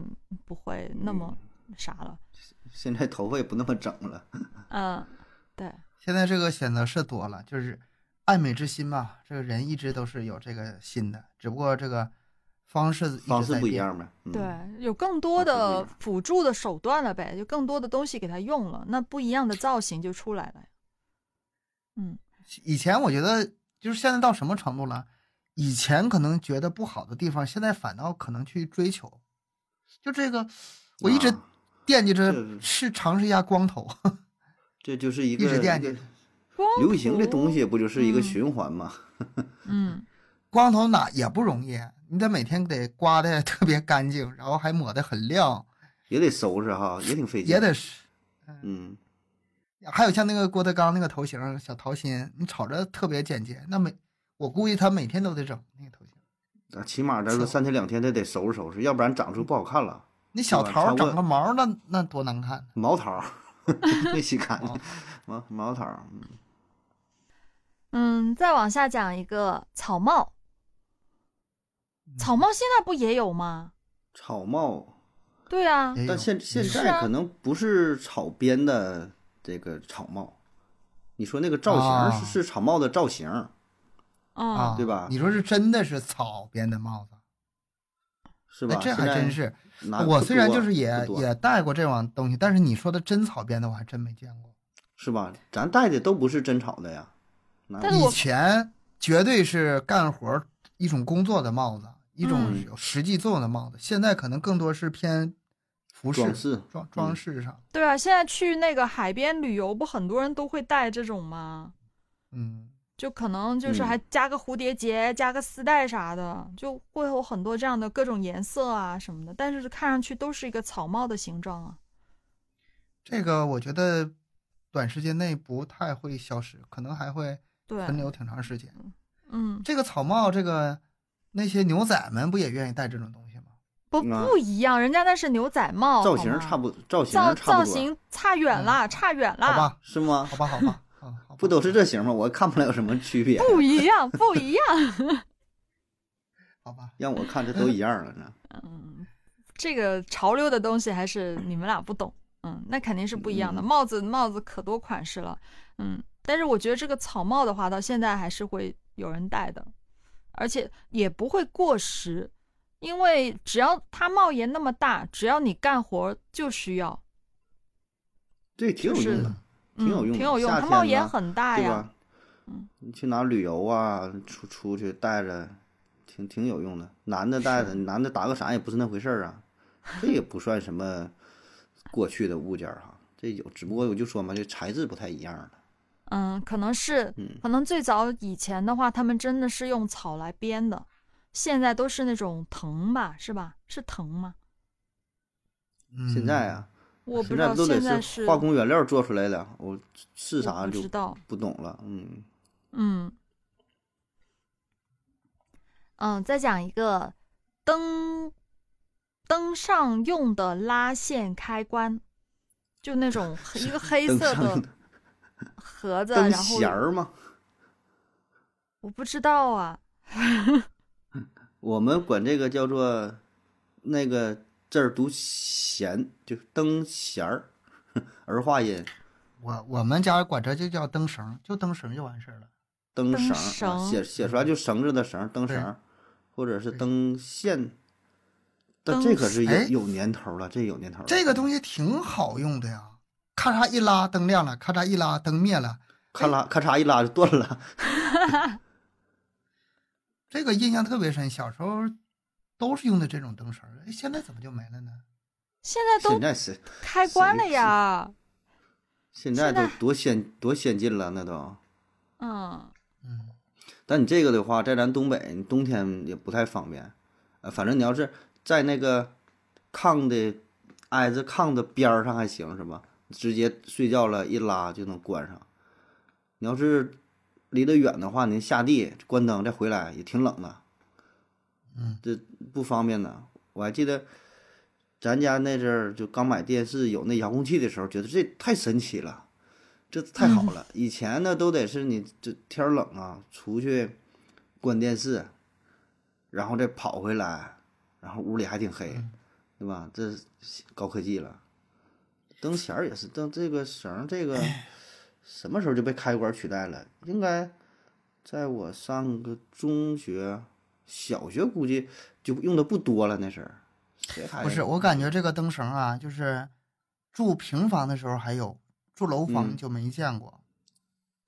S2: 不会那
S3: 嗯
S2: 么啥了，
S3: 现在头发也不那么整了，
S2: 嗯，对，
S4: 现在这个选择是多了，就是爱美之心吧，这个人一直都是有这个心的，只不过这个方式一直
S3: 方式
S4: 在
S3: 不一
S4: 变
S3: 样呗。嗯
S2: 对，有更多
S3: 方式不一
S2: 的
S3: 样
S4: 啊
S2: 辅助的手段了呗，就更多的东西给它用了，那不一样的造型就出来了呀。嗯，
S4: 以前我觉得就是现在到什么程度了？以前可能觉得不好的地方，现在反倒可能去追求。就这个，我一直
S3: 啊
S4: 惦记着
S3: 这
S4: 是尝试一下光头，
S3: 这就是一
S4: 一
S3: 个
S4: 直惦
S3: 一
S4: 记
S3: 个
S4: 着。
S2: 光
S3: 流行这
S2: 头
S3: 东西不就是一个
S2: 嗯
S3: 循环吗？
S2: 嗯，
S4: 光头哪也不容易，你得每天得刮的特别干净，然后还抹的很亮，
S3: 也得收拾哈，也挺费劲。
S4: 也得是。
S3: 嗯，
S4: 还有像那个郭德纲那个头型，小桃心，你瞅着特别简洁，那每我估计他每天都得整那个头型。
S3: 啊起码咱说
S4: 是
S3: 三天两天他得收拾收拾，要不然长出不好看了，
S4: 那小
S3: 对吧
S4: 头
S3: 差
S4: 儿
S3: 不多
S4: 整个毛儿，那那多难看！
S3: 毛桃儿 没洗干
S4: 哦
S3: 净，毛毛桃儿。嗯
S2: 嗯，再往下讲一个草帽，
S4: 嗯
S2: 草帽现在不也有吗？
S3: 草帽，
S2: 对啊，
S4: 也有
S3: 但现现
S2: 是
S3: 在
S2: 啊
S3: 可能不是草编的这个草帽，你说那个造
S4: 啊
S3: 型是是草帽的造型，
S2: 嗯
S4: 啊，
S3: 对吧
S4: 你说是真的是草编的帽子，
S3: 是
S4: 哎
S3: 吧？
S4: 这还真是。
S3: 现在拿。
S4: 我
S3: 不
S4: 虽然
S3: 多
S4: 就是也
S3: 不多
S4: 也戴过这玩意东西，但是你说的真草编的，我还真没见过。
S3: 是吧？咱戴的都不是真草的呀，哪
S2: 但是我
S4: 以前绝对是干活儿一种工作的帽子，一种
S3: 嗯
S4: 有实际作用的帽子。现在可能更多是偏服饰、
S3: 装饰
S4: 装装
S3: 嗯
S4: 饰上。
S2: 对啊，现在去那个海边旅游，不很多人都会戴这种吗？
S4: 嗯，
S2: 就可能就是还
S3: 嗯
S2: 加个蝴蝶结、加个丝带啥的，就会有很多这样的各种颜色啊什么的，但是看上去都是一个草帽的形状啊。
S4: 这个我觉得短时间内不太会消失，可能还会
S2: 对，
S4: 存留挺长时间。
S2: 嗯，
S4: 这个草帽，这个那些牛仔们不也愿意戴这种东西吗？
S2: 不
S3: 啊
S2: 不一样，人家那是牛仔帽，
S3: 造型
S2: 哦好吗
S3: 差不造型
S2: 造
S3: 差
S2: 造
S3: 不多
S2: 型差远了，差远
S4: 嗯好
S2: 了，
S4: 吧，
S3: 是吗
S4: 好？吧，好 吧，啊，好吧
S3: 不都是这型吗？我看不了有什么区别，
S2: 不一样，不一样。
S4: 好吧？
S3: 让我看这都一样了呢。
S2: 嗯，这个潮流的东西还是你们俩不懂，嗯，那肯定是不一样的。
S3: 嗯
S2: 帽子帽子可多款式了，嗯，但是我觉得这个草帽的话，到现在还是会有人戴的，而且也不会过时，因为只要它帽檐那么大，只要你干活就需要，
S3: 对，挺有用的，
S2: 嗯，
S3: 挺有用的
S2: 挺有用。
S3: 夏
S2: 它帽
S3: 天
S2: 檐
S3: 呢
S2: 很大
S3: 对
S2: 呀，嗯
S3: 吧？你去哪旅游啊？出出去带着，挺挺有用的。男的带着，男的打个伞也不是那回事儿啊，这也不算什么过去的物件儿哈。这有，只不过我就说嘛，这材质不太一样了。
S2: 嗯，可能是
S3: 嗯，
S2: 可能最早以前的话，他们真的是用草来编的，现在都是那种藤吧，是吧？是藤吗？
S4: 嗯
S3: 现在啊，
S2: 我不
S3: 现
S2: 知道
S3: 在都
S2: 现
S3: 得
S2: 在
S3: 是化工原料做出来的，我是
S2: 我
S3: 啥
S2: 不
S3: 就
S2: 知道，
S3: 不懂了。嗯，
S2: 嗯嗯，再讲一个灯灯上用的拉线开关，就那种黑 一个黑
S3: 灯
S2: 色的
S3: 上
S2: 盒子，
S3: 灯
S2: 然后
S3: 弦儿嘛，
S2: 我不知道啊，
S3: 我们管这个叫做那个字儿读弦，就灯弦儿， 儿化音，
S4: 嗯我我们家管这就叫灯绳，就灯绳就完事儿了。
S3: 灯
S2: 灯
S3: 绳儿，
S2: 绳嗯
S3: 啊写写出来就绳子的绳儿，灯绳儿，或者是
S4: 对
S3: 灯线。但
S2: 灯
S3: 这可是有
S4: 哎
S3: 有年头了，这有年头了。
S4: 这个东
S3: 西，
S4: 西挺好用的呀，咔嚓一拉灯亮了，咔嚓一拉灯灭了，
S3: 咔拉咔嚓一拉就断了。
S4: 这个印象特别深。小时候都是用的这种灯绳，哎，现在怎么就没了呢？
S2: 现在
S3: 现
S2: 都
S3: 在是
S2: 开关了呀，
S3: 现在都
S2: 现在
S3: 多先多先进了，那都。
S2: 嗯，
S4: 嗯，
S3: 但你这个的话，在咱东北，你冬天也不太方便。呃，反正你要是在那个炕的挨着炕的边儿上还行是吧？直接睡觉了，一拉就能关上。你要是离得远的话，你下地关灯再回来也挺冷的。
S4: 嗯，
S3: 这不方便呢。我还记得咱家那阵儿就刚买电视有那遥控器的时候，觉得这太神奇了，这太好
S4: 嗯
S3: 了。以前呢都得是你这天儿冷啊，出去关电视，然后再跑回来，然后屋里还挺黑，
S4: 嗯
S3: 对吧？这是高科技了。灯弦儿也是，灯这个绳儿这个
S4: 哎
S3: 什么时候就被开关取代了？应该在我上个中学、小学，估计就用的不多了。那时儿谁还
S4: 不是，我感觉这个灯绳啊，就是住平房的时候还有，住楼房
S3: 嗯
S4: 就没见过，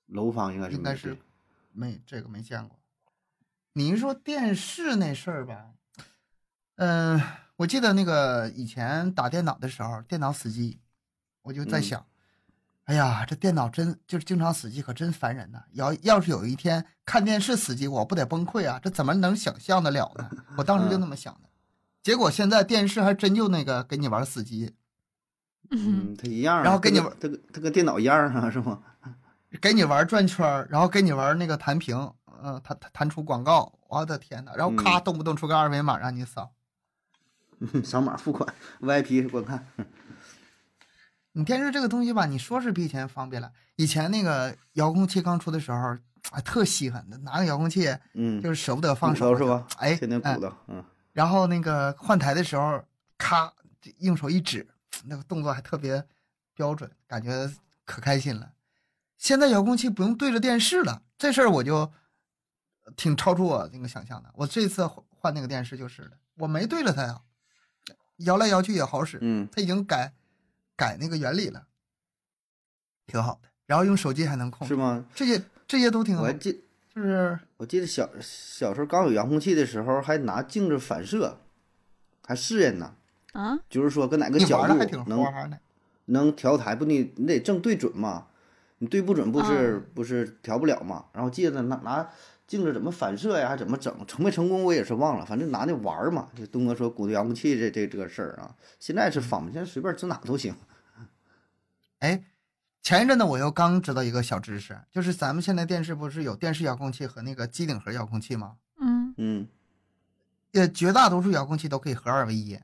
S3: 楼房应该是
S4: 应
S3: 没
S4: 该
S3: 有
S4: 是没这个没见过。你一说电视那事儿吧，嗯、我记得那个以前打电脑的时候，电脑死机，我就在
S3: 嗯
S4: 想，哎呀，这电脑真就是经常死机，可真烦人呐、要要是有一天看电视死机，我不得崩溃啊！这怎么能想象得了呢？我当时就那么想的。结果现在电视还真就那个给你玩死机，
S2: 嗯
S3: 嗯，它一样啊。
S4: 然后跟你
S3: 它跟它跟它跟电脑一样啊，是吗？
S4: 给你玩转圈儿，然后给你玩那个弹屏，嗯、弹弹弹出广告，我的天呐，然
S3: 嗯
S4: 后咔，动不动出个二维码让你扫。
S3: 扫码付款，VIP 观看。
S4: 你电视这个东西吧，你说是比以前方便了。以前那个遥控器刚出的时候，哎，特稀罕的，拿个遥控器
S3: 嗯
S4: 就，是舍不得放
S3: 鼓
S4: 手，
S3: 捣是吧？
S4: 哎，
S3: 天天
S4: 哎
S3: 鼓捣，嗯，
S4: 然后那个换台的时候，咔，这用手一指，那个动作还特别标准，感觉可开心了。现在遥控器不用对着电视了，这事儿我就挺超出我那个想象的。我这次换换那个电视就是的，我没对着它呀，摇来摇去也好使，
S3: 嗯，
S4: 它已经改改那个原理了，挺好的。然后用手机还能控
S3: 是
S4: 制，
S3: 吗？
S4: 这些这些都挺
S3: 我
S4: 好
S3: 还
S4: 的，
S3: 记
S4: 就是
S3: 我记得小小时候刚有遥控器的时候，还拿镜子反射，还试验呢，
S2: 啊，
S3: 就是说跟哪个
S4: 你
S3: 角
S4: 玩的还挺啊
S3: 度能
S4: 花呢。
S3: 能调台，不你你得正对准嘛，你对不准不是、不是调不了嘛。然后记得拿拿镜子怎么反射呀，还怎么整，成没成功我也是忘了，反正拿那玩儿嘛。就东哥说鼓捣遥控器这这这个事儿啊，现在是方便，现在随便指哪都行。
S4: 哎，前一阵子我又刚知道一个小知识，就是咱们现在电视不是有电视遥控器和那个机顶盒遥控器吗？
S2: 嗯
S3: 嗯
S4: 呃，绝大多数遥控器都可以合二为一，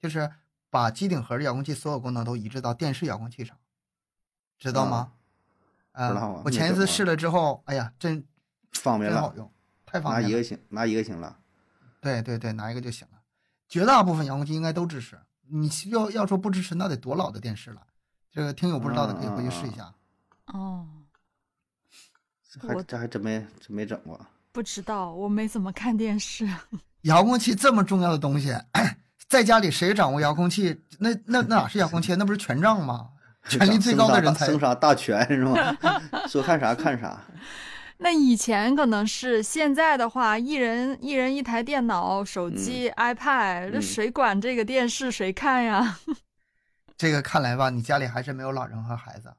S4: 就是把机顶盒的遥控器所有功能都移植到电视遥控器上，知道吗？啊、
S3: 不知道啊
S4: 我
S3: 没
S4: 前一
S3: 整过
S4: 次试了之后，哎呀，真
S3: 方便
S4: 真好
S3: 了，
S4: 用，太方
S3: 拿
S4: 便
S3: 一
S4: 了。
S3: 个行，拿一个行了。
S4: 对对对，拿一个就行了。绝大部分遥控器应该都支持。你要要说不支持，那得多老的电视了。这个听友不知道的可以回去试一下。
S2: 哦，
S3: 还
S2: 我
S3: 这还真没真没整过，
S2: 不知道，我没怎么看电视，
S4: 遥控器这么重要的东西， 在家里谁掌握遥控器？那那那哪是遥控器？那不是权杖吗？权力最高的 人才
S3: 生啥大权是吗？ 说看啥看啥，
S2: 那以前可能是，现在的话，一人一人一台电脑、手机、iPad，这
S3: 嗯
S2: 谁管这个电视谁看呀？
S4: 这个看来吧，你家里还是没有老人和孩子。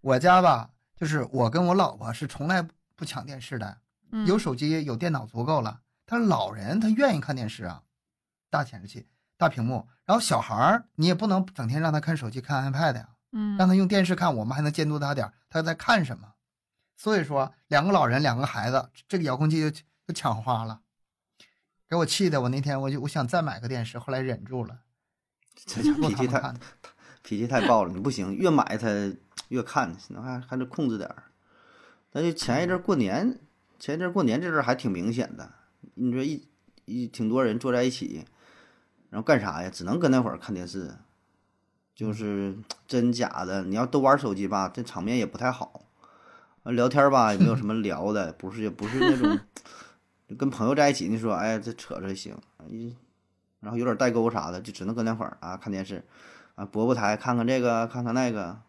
S4: 我家吧，就是我跟我老婆是从来不抢电视的，
S2: 嗯
S4: 有手机有电脑足够了。但是老人他愿意看电视啊，大显示器、大屏幕。然后小孩儿你也不能整天让他看手机、看 iPad 呀、
S2: 嗯
S4: 让他用电视看，我们还能监督他点儿他在看什么。所以说，两个老人，两个孩子，这个遥控器就就抢花了，给我气的，我那天我就我想再买个电视，后来忍住了，
S3: 这家
S4: 够
S3: 脾
S4: 他
S3: 气
S4: 们
S3: 太
S4: 看的。
S3: 脾气太暴了，你不行，越买它越看，那还还得控制点儿。但是前一阵儿过年，前一阵儿过年这阵儿还挺明显的，你说一一挺多人坐在一起，然后干啥呀？只能跟那会儿看电视，就是
S4: 嗯
S3: 真假的。你要都玩手机吧，这场面也不太好。啊聊天吧也没有什么聊的，不是也不是那 种就跟朋友在一起，你说哎这扯扯也行，一然后有点代沟啥的，就只能跟那会儿啊看电视，啊博博台看看这个看看那个，啊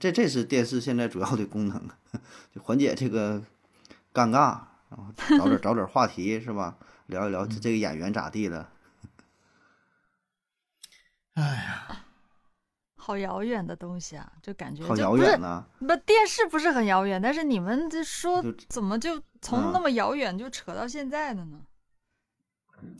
S3: 这这是电视现在主要的功能， 就缓解这个尴尬，然后找点找点话题是吧？聊一聊这这个演员咋地了，
S4: 哎呀，
S2: 好遥远的东西啊，就感觉
S3: 好
S2: 就
S3: 遥
S2: 不是
S3: 远呐、
S2: 不，电视不是很遥远，但是你们这说
S3: 就
S2: 怎么就从
S3: 嗯
S2: 那么遥远就扯到现在了呢？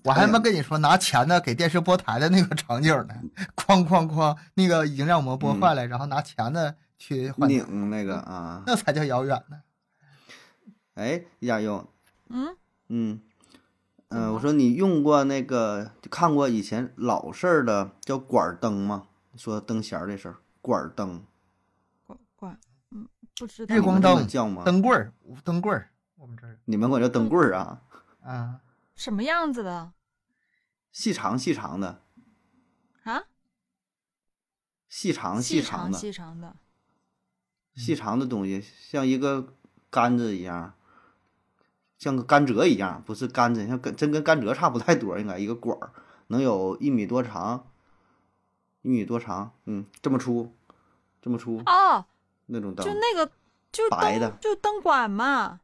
S4: 我还
S3: 哎呀
S4: 没跟你说拿钱呢给电视播台的那个场景呢，哐哐哐，那个已经让我们播坏了，然后拿钱呢去换，
S3: 拧嗯那个啊，
S4: 那才叫遥远呢。
S3: 哎亚优，
S2: 嗯，
S3: 嗯，
S2: 怎
S3: 嗯、
S2: 么
S3: 我
S2: 了
S3: 说你用过那个，就看过以前老式儿的叫管儿灯吗？说灯弦儿这事儿，管儿灯，
S2: 管管，嗯，不知道
S4: 日光
S3: 你们这么
S4: 灯
S3: 叫吗？
S4: 灯棍儿，灯棍儿，我们这儿
S3: 你们管叫灯棍儿啊？
S4: 啊，
S2: 什么样子的
S3: 细长细长的，
S2: 啊？
S3: 细长
S2: 细
S3: 长
S2: 长
S3: 的，
S2: 细长的，
S3: 细长的东西，像一个杆子一样，像个甘蔗一样，不是杆子，像跟真跟甘蔗差不太多，应该一个管儿能有一米多长，一米多长，嗯，这么粗，这么粗
S2: 哦，
S3: 那种灯
S2: 就，那个就
S3: 白的
S2: 灯就灯管嘛，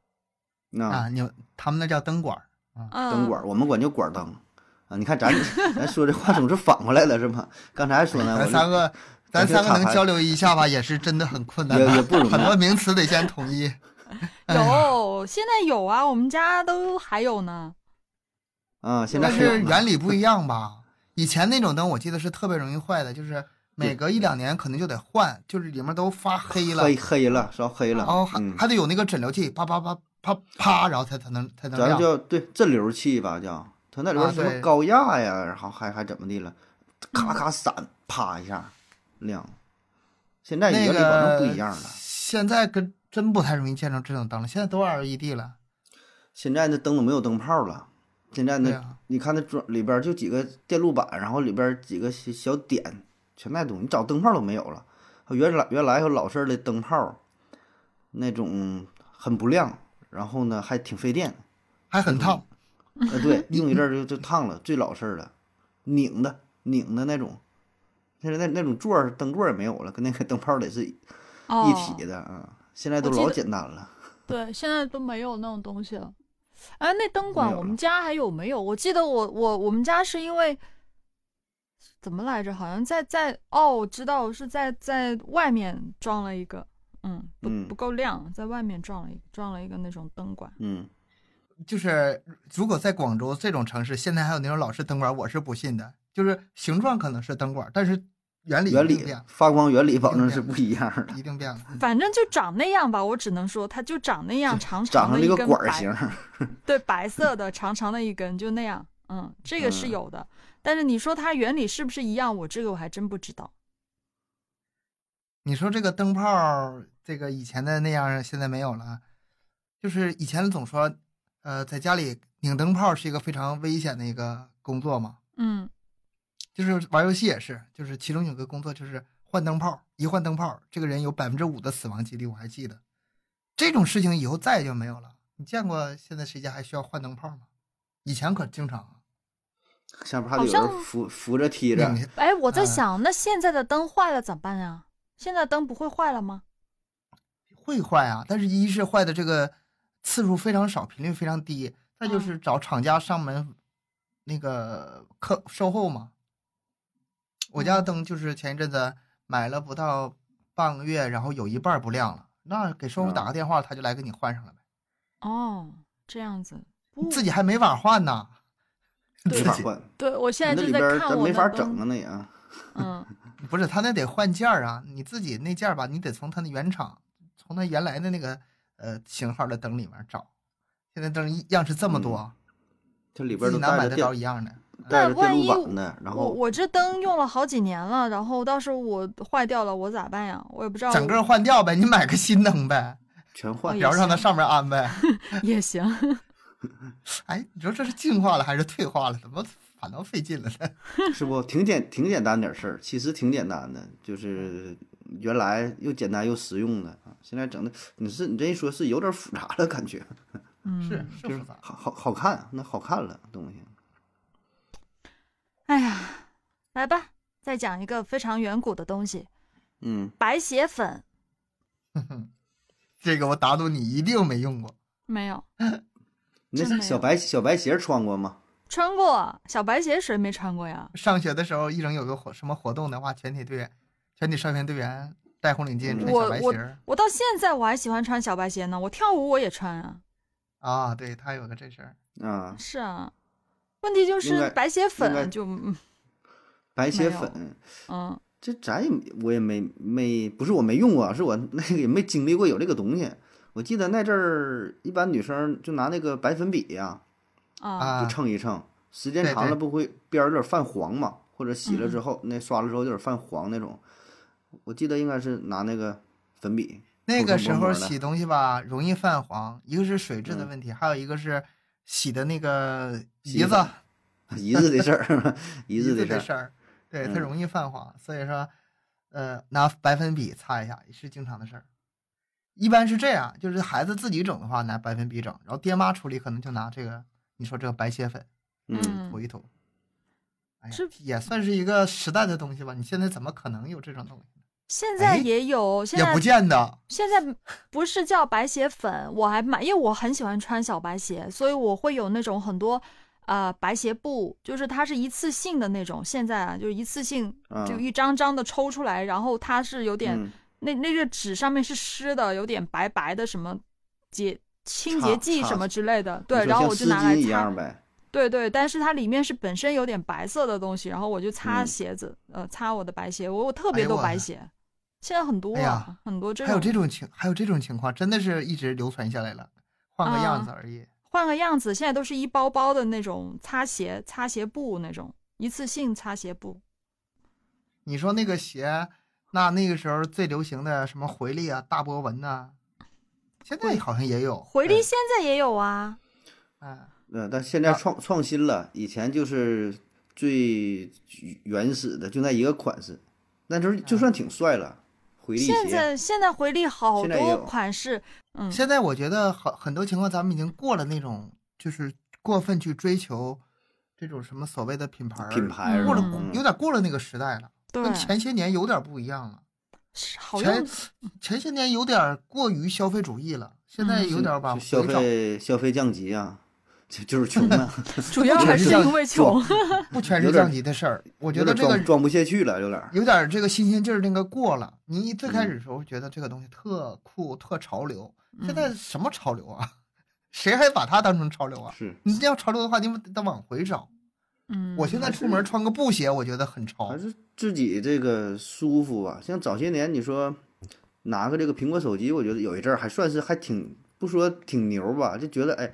S3: 那、
S4: 啊，你们他们那叫灯管儿，
S2: 嗯，
S3: 灯管，儿，我们管叫管儿灯啊。你 看咱咱说这话总是反过来了是吧？刚才还说呢，我
S4: 咱
S3: 这
S4: 三个咱
S3: 咱
S4: 三
S3: 这
S4: 个
S3: 卡
S4: 能
S3: 牌
S4: 交流一下吧，也是真的很困难
S3: 也也
S4: 的，
S3: 不容
S4: 很
S3: 易。
S4: 多名词得先统一。
S3: 哎
S2: 有，现在有啊，我们家都还有呢。
S3: 啊，现在
S4: 但
S3: 还有
S4: 是
S3: 呢
S4: 原理不一样吧？以前那种灯我记得是特别容易坏的，就是每隔一两年可能就得换，就是里面都发黑了，
S3: 黑黑了，烧黑了
S4: 然后还、
S3: 嗯，
S4: 还得有那个诊疗器，啪啪啪啪啪，然后才才能才能
S3: 咱
S4: 亮。
S3: 叫对镇流器吧，叫它那里边
S4: 啊
S3: 什么
S4: 对
S3: 高压呀，然后还还怎么地了，咔咔闪，啪一下亮。现在
S4: 那
S3: 原理保证
S4: 个
S3: 不一样了，
S4: 现在跟真不太容易见着这种灯了，现在都 LED 了。
S3: 现在那灯都没有灯泡了，现在
S4: 对啊
S3: 那
S4: 呀、
S3: 你看那装里边儿就几个电路板，然后里边儿几个小小点，全带动。你找灯泡都没有了。原来原来有老式儿的灯泡，那种很不亮，然后呢还挺费电。
S4: 还很烫。
S3: 呃，对，用一阵儿就就烫了，最老式儿的，拧的拧的那种。现在那那种座儿灯座儿也没有了，跟那个灯泡得是一
S2: 哦，
S3: 体的啊。现在都
S2: 我记
S3: 老
S2: 得
S3: 简单了。
S2: 对，现在都没有那种东西了。哎，那灯
S3: 没
S2: 管
S3: 有
S2: 我
S3: 了
S2: 们家还有没有？我记得我我我们家是因为怎么来着？好像在在哦，我知道是在在外面装了一个，嗯，不
S3: 嗯
S2: 不够亮，在外面装了一装了一个那种灯管。
S3: 嗯，
S4: 就是如果在广州这种城市，现在还有那种老式灯管，我是不信的。就是形状可能是灯管，但是原理
S3: 原
S4: 一定
S3: 理
S4: 变了，
S3: 发光原理保
S4: 定
S3: 证
S4: 变
S3: 是不一样的，
S4: 一定变了。
S2: 反正就长那样吧，我只能说它就长那样，长长
S3: 长成
S2: 的
S3: 这
S2: 一
S3: 个
S2: 根
S3: 管儿
S2: 白
S3: 形儿。
S2: 对，白色的长长的一根，就那样。嗯，这个是
S3: 嗯
S2: 有的，但是你说它原理是不是一样，我这个我还真不知道。
S4: 你说这个灯泡儿，这个以前的那样儿现在没有了，就是以前总说，呃，在家里拧灯泡儿是一个非常危险的一个工作嘛，
S2: 嗯，
S4: 就是玩游戏也是，就是其中有个工作就是换灯泡儿，一换灯泡儿，这个人有百分之五的死亡几率，我还记得。这种事情以后再也就没有了。你见过现在谁家还需要换灯泡儿吗？以前可经常啊，
S3: 下边还
S2: 好
S3: 得有人
S2: 像
S3: 扶扶着梯着
S4: 拧。下
S2: 哎，我在
S4: 嗯
S2: 想，那现在的灯坏了怎么办呀？现在灯不会坏了吗？
S4: 会坏啊，但是一是坏的这个次数非常少，频率非常低，再
S3: 嗯
S4: 就是找厂家上门那个客售后嘛。我
S3: 嗯
S4: 家的灯就是前一阵子买了不到半个月，然后有一半儿不亮了，那给售后
S3: 啊
S4: 打个电话，他就来给你换上了呗，
S2: 哦，这样子，不
S4: 你自己还没法换呢，
S3: 没
S4: 自
S3: 法
S4: 己
S3: 换，
S2: 对我现
S3: 那
S2: 在就
S3: 里
S2: 在
S3: 边儿
S2: 看
S3: 咱
S2: 我
S3: 没法
S2: 的
S3: 整啊，
S2: 灯，
S3: 那也啊。
S2: 嗯，
S4: 不是他那得换件儿啊，你自己那件儿吧，你得从他的原厂，从他原来的那个呃型号的灯里面找，现在灯样式这么多。
S3: 它嗯里边
S4: 自
S3: 儿都
S4: 己哪
S3: 带
S4: 买
S3: 着
S4: 得到
S3: 电
S4: 一样的？
S3: 带
S2: 但
S3: 着电
S2: 万
S3: 路
S2: 一
S3: 板的， 然
S2: 我
S3: 后
S2: 我这灯用了好几年了，然后到时候我坏掉了，我咋办呀？我也不知道，
S4: 整个换掉呗，你买个新灯呗，
S3: 全
S2: 哎
S3: 换
S2: 呀。
S4: 然后让它上面安呗。
S2: 也行，
S4: 哎，你说这是进化了还是退化了？怎么反倒费劲了呢？
S3: 是不？挺简挺简单点事儿，其实挺简单的，就是原来又简单又实用的啊，现在整的你是你这一说，是有点复杂了，感觉
S2: 嗯，
S4: 是是
S3: 就是
S4: 复杂，
S3: 好好好看，那好看了东西。
S2: 哎呀，来吧，再讲一个非常远古的东西
S3: 嗯
S2: ——白血粉。
S4: 这个我打赌你一定没用过。
S2: 没有
S3: 你
S2: 真没
S3: 那
S2: 有
S3: 小白小白鞋穿过吗？
S2: 穿过小白鞋，谁没穿过呀？
S4: 上学的时候，一整有个活什么活动的话，全体队员、全体少先队员戴红领巾，穿
S2: 我
S4: 小白鞋儿
S2: 我到现在我还喜欢穿小白鞋呢，我跳舞我也穿啊。
S4: 啊，对他有个这事儿，
S3: 啊，
S2: 是啊，问题就
S3: 应
S2: 是
S3: 该
S2: 白血
S3: 应该
S2: 粉就嗯
S3: 白鞋
S2: 没有
S3: 粉，
S2: 嗯
S3: 这咱也没我也没没不是我没用过啊，是我那个也没经历过有这个东西。我记得那阵儿，一般女生就拿那个白粉笔呀、
S2: 啊
S4: 啊
S3: 就，蹭一蹭，时间
S4: 对
S3: 长了
S4: 对
S3: 不会边儿有点泛黄嘛，或者洗
S2: 嗯
S3: 了之后、那刷了之后有点泛黄那种。我记得应该是拿那个粉笔，
S4: 那个时
S3: 普
S4: 候
S3: 通薄膜的
S4: 洗东西吧，容易泛黄，一个是水质的
S3: 嗯
S4: 问题，还有一个是洗的那个
S3: 洗
S4: 胰
S3: 粉
S4: 子
S3: 一日的事儿， 一日的
S4: 的
S3: 事儿。
S4: 儿，对它
S3: 嗯
S4: 容易泛黄，所以说，呃，拿白粉笔擦一下也是经常的事儿。一般是这样，就是孩子自己整的话，拿白粉笔整，然后爹妈处理可能就拿这个，你说这个白血粉
S3: 嗯，
S4: 涂一涂。哎呀
S2: 是，
S4: 也算是一个时代的东西吧。你现在怎么可能有这种东西？
S2: 现在
S4: 哎
S2: 也有，现
S4: 也
S2: 在
S4: 不见得。
S2: 现在不是叫白鞋粉，我还买，因为我很喜欢穿小白鞋，所以我会有那种很多呃白鞋布，就是它是一次性的那种。现在啊，就是一次性
S3: 啊
S2: 就一张张的抽出来，然后它是有点、
S3: 嗯
S2: 那那个纸上面是湿的，有点白白的什么洁清
S3: 擦
S2: 洁剂
S3: 擦
S2: 什么之类的。
S3: 你
S2: 对，
S3: 说
S2: 然后
S3: 像
S2: 我就
S3: 丝
S2: 拿来
S3: 巾一
S2: 擦
S3: 样。呗。
S2: 对对，但是它里面是本身有点白色的东西，然后我就擦
S3: 嗯
S2: 鞋子，呃，擦我的白鞋，我我特
S4: 哎
S2: 别
S4: 呦
S2: 多
S4: 我
S2: 白
S4: 的
S2: 鞋。现在很多、
S4: 哎呀
S2: 很多这
S4: 还有
S2: 种
S4: 这种情，还有这种情况，真的是一直流传下来了，换个
S2: 啊
S4: 样子而已。
S2: 换个样子，现在都是一包包的那种擦鞋、擦鞋布那种一次性擦鞋布。
S4: 你说那个鞋，那那个时候最流行的什么回力啊、大波纹呐、现在好像也有
S2: 回力，现在也有啊，
S4: 对嗯，
S3: 嗯，但现在
S4: 啊
S3: 创创新了，以前就是最原始的，就那一个款式，那就是就算挺帅了，回
S2: 嗯
S3: 力
S2: 现
S3: 鞋。
S2: 在现在回力好
S3: 现在也
S2: 多
S3: 有
S2: 款式，嗯，
S4: 现在我觉得很很多情况咱们已经过了那种就是过分去追求这种什么所谓的品牌儿
S3: 品牌啊
S4: 过了
S2: 嗯
S4: 有点过了那个时代了，
S2: 对
S4: 跟，前些年有点不一样了。
S2: 是好
S4: 前
S2: 用，
S4: 前些年有点过于消费主义了，现在
S2: 嗯
S4: 有点把
S3: 就消
S4: 回找
S3: 费消费降级啊，就就是穷啊，
S2: 主要还是因为穷
S3: 装。
S4: 不全是
S3: 有点
S4: 降级的事儿。我
S3: 我
S4: 觉得这个
S3: 装装不下去了，有点儿。
S4: 有点儿这个新鲜劲儿，那个过了。你一最
S3: 嗯
S4: 开始的时候觉得这个东西特酷、特潮流，现在
S3: 嗯
S4: 什么潮流啊？ 谁还把它当成潮流啊？
S3: 是
S4: 你要潮流的话，你得往回找。
S2: 嗯，
S4: 我现在出门穿个布鞋，我觉得很潮
S3: 还。是自己这个舒服吧。像早些年你说拿个这个苹果手机，我觉得有一阵儿还算是还挺不说挺牛吧，就觉得哎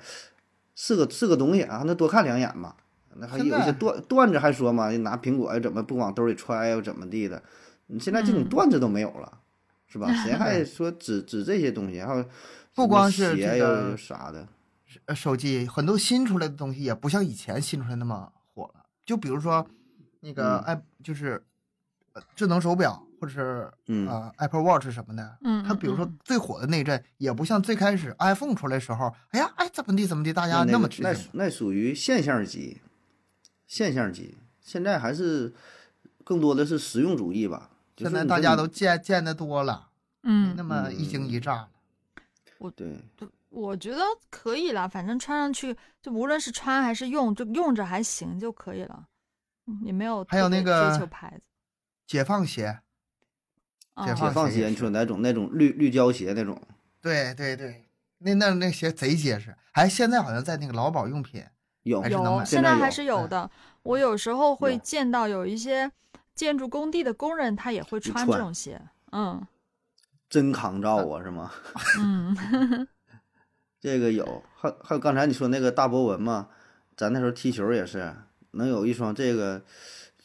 S3: 是个是个东西啊，那多看两眼嘛。那还有
S4: 现在
S3: 一些段段子还说嘛，拿苹果哎怎么不往兜里揣又怎么地的？你现在这种
S2: 嗯
S3: 段子都没有了，是 吧？谁还说指指这些东西？还有
S4: 不
S3: 什么
S4: 光是
S3: 鞋
S4: 这
S3: 又
S4: 个
S3: 又啥的，
S4: 呃手机很多新出来的东西也不像以前新出来那么火了。就比如说那个
S3: 嗯
S4: 哎，就是呃智能手表或者是
S3: 嗯
S4: 呃 Apple Watch 什么的，
S2: 嗯，嗯
S4: 它比如说
S2: 嗯
S4: 最火的那一阵，也不像最开始 iPhone 出来的时候，哎呀，哎怎么地怎么地，大家
S3: 那
S4: 那么
S3: 个
S4: 吃
S3: 那
S4: 惊。
S3: 那属于现象级，现象级。现在还是更多的是实用主义吧。就是
S4: 现在
S3: 你
S4: 大
S3: 说
S4: 家
S3: 你
S4: 都见见得多了，没
S2: 嗯，
S4: 那么一惊一乍了。
S3: 对，
S2: 我觉得可以啦，反正穿上去就无论是穿还是用，就用着还行就可以了，嗯也没有
S4: 还有
S2: 特别
S4: 那个
S2: 追求牌子，
S4: 解放鞋，
S2: 啊
S4: 解
S3: 解放
S4: 鞋也
S3: 鞋，你
S4: 是
S3: 说那种那种绿绿胶鞋那种，
S4: 对对对，那那那鞋贼结实。哎，现在好像在那个劳保用品，
S3: 有
S4: 还是能
S2: 嗯有，
S4: 买
S2: 现
S3: 现在
S2: 还
S3: 有
S2: 是有
S4: 对
S2: 的。我有时候会
S3: 有
S2: 见到有一些建筑工地的工人，他也会穿这
S3: 穿
S2: 种鞋。嗯
S3: 真抗造啊，是吗？
S2: 嗯，
S3: 这个有，还还有刚才你说那个大博文嘛，咱那时候踢球也是，能有一双这个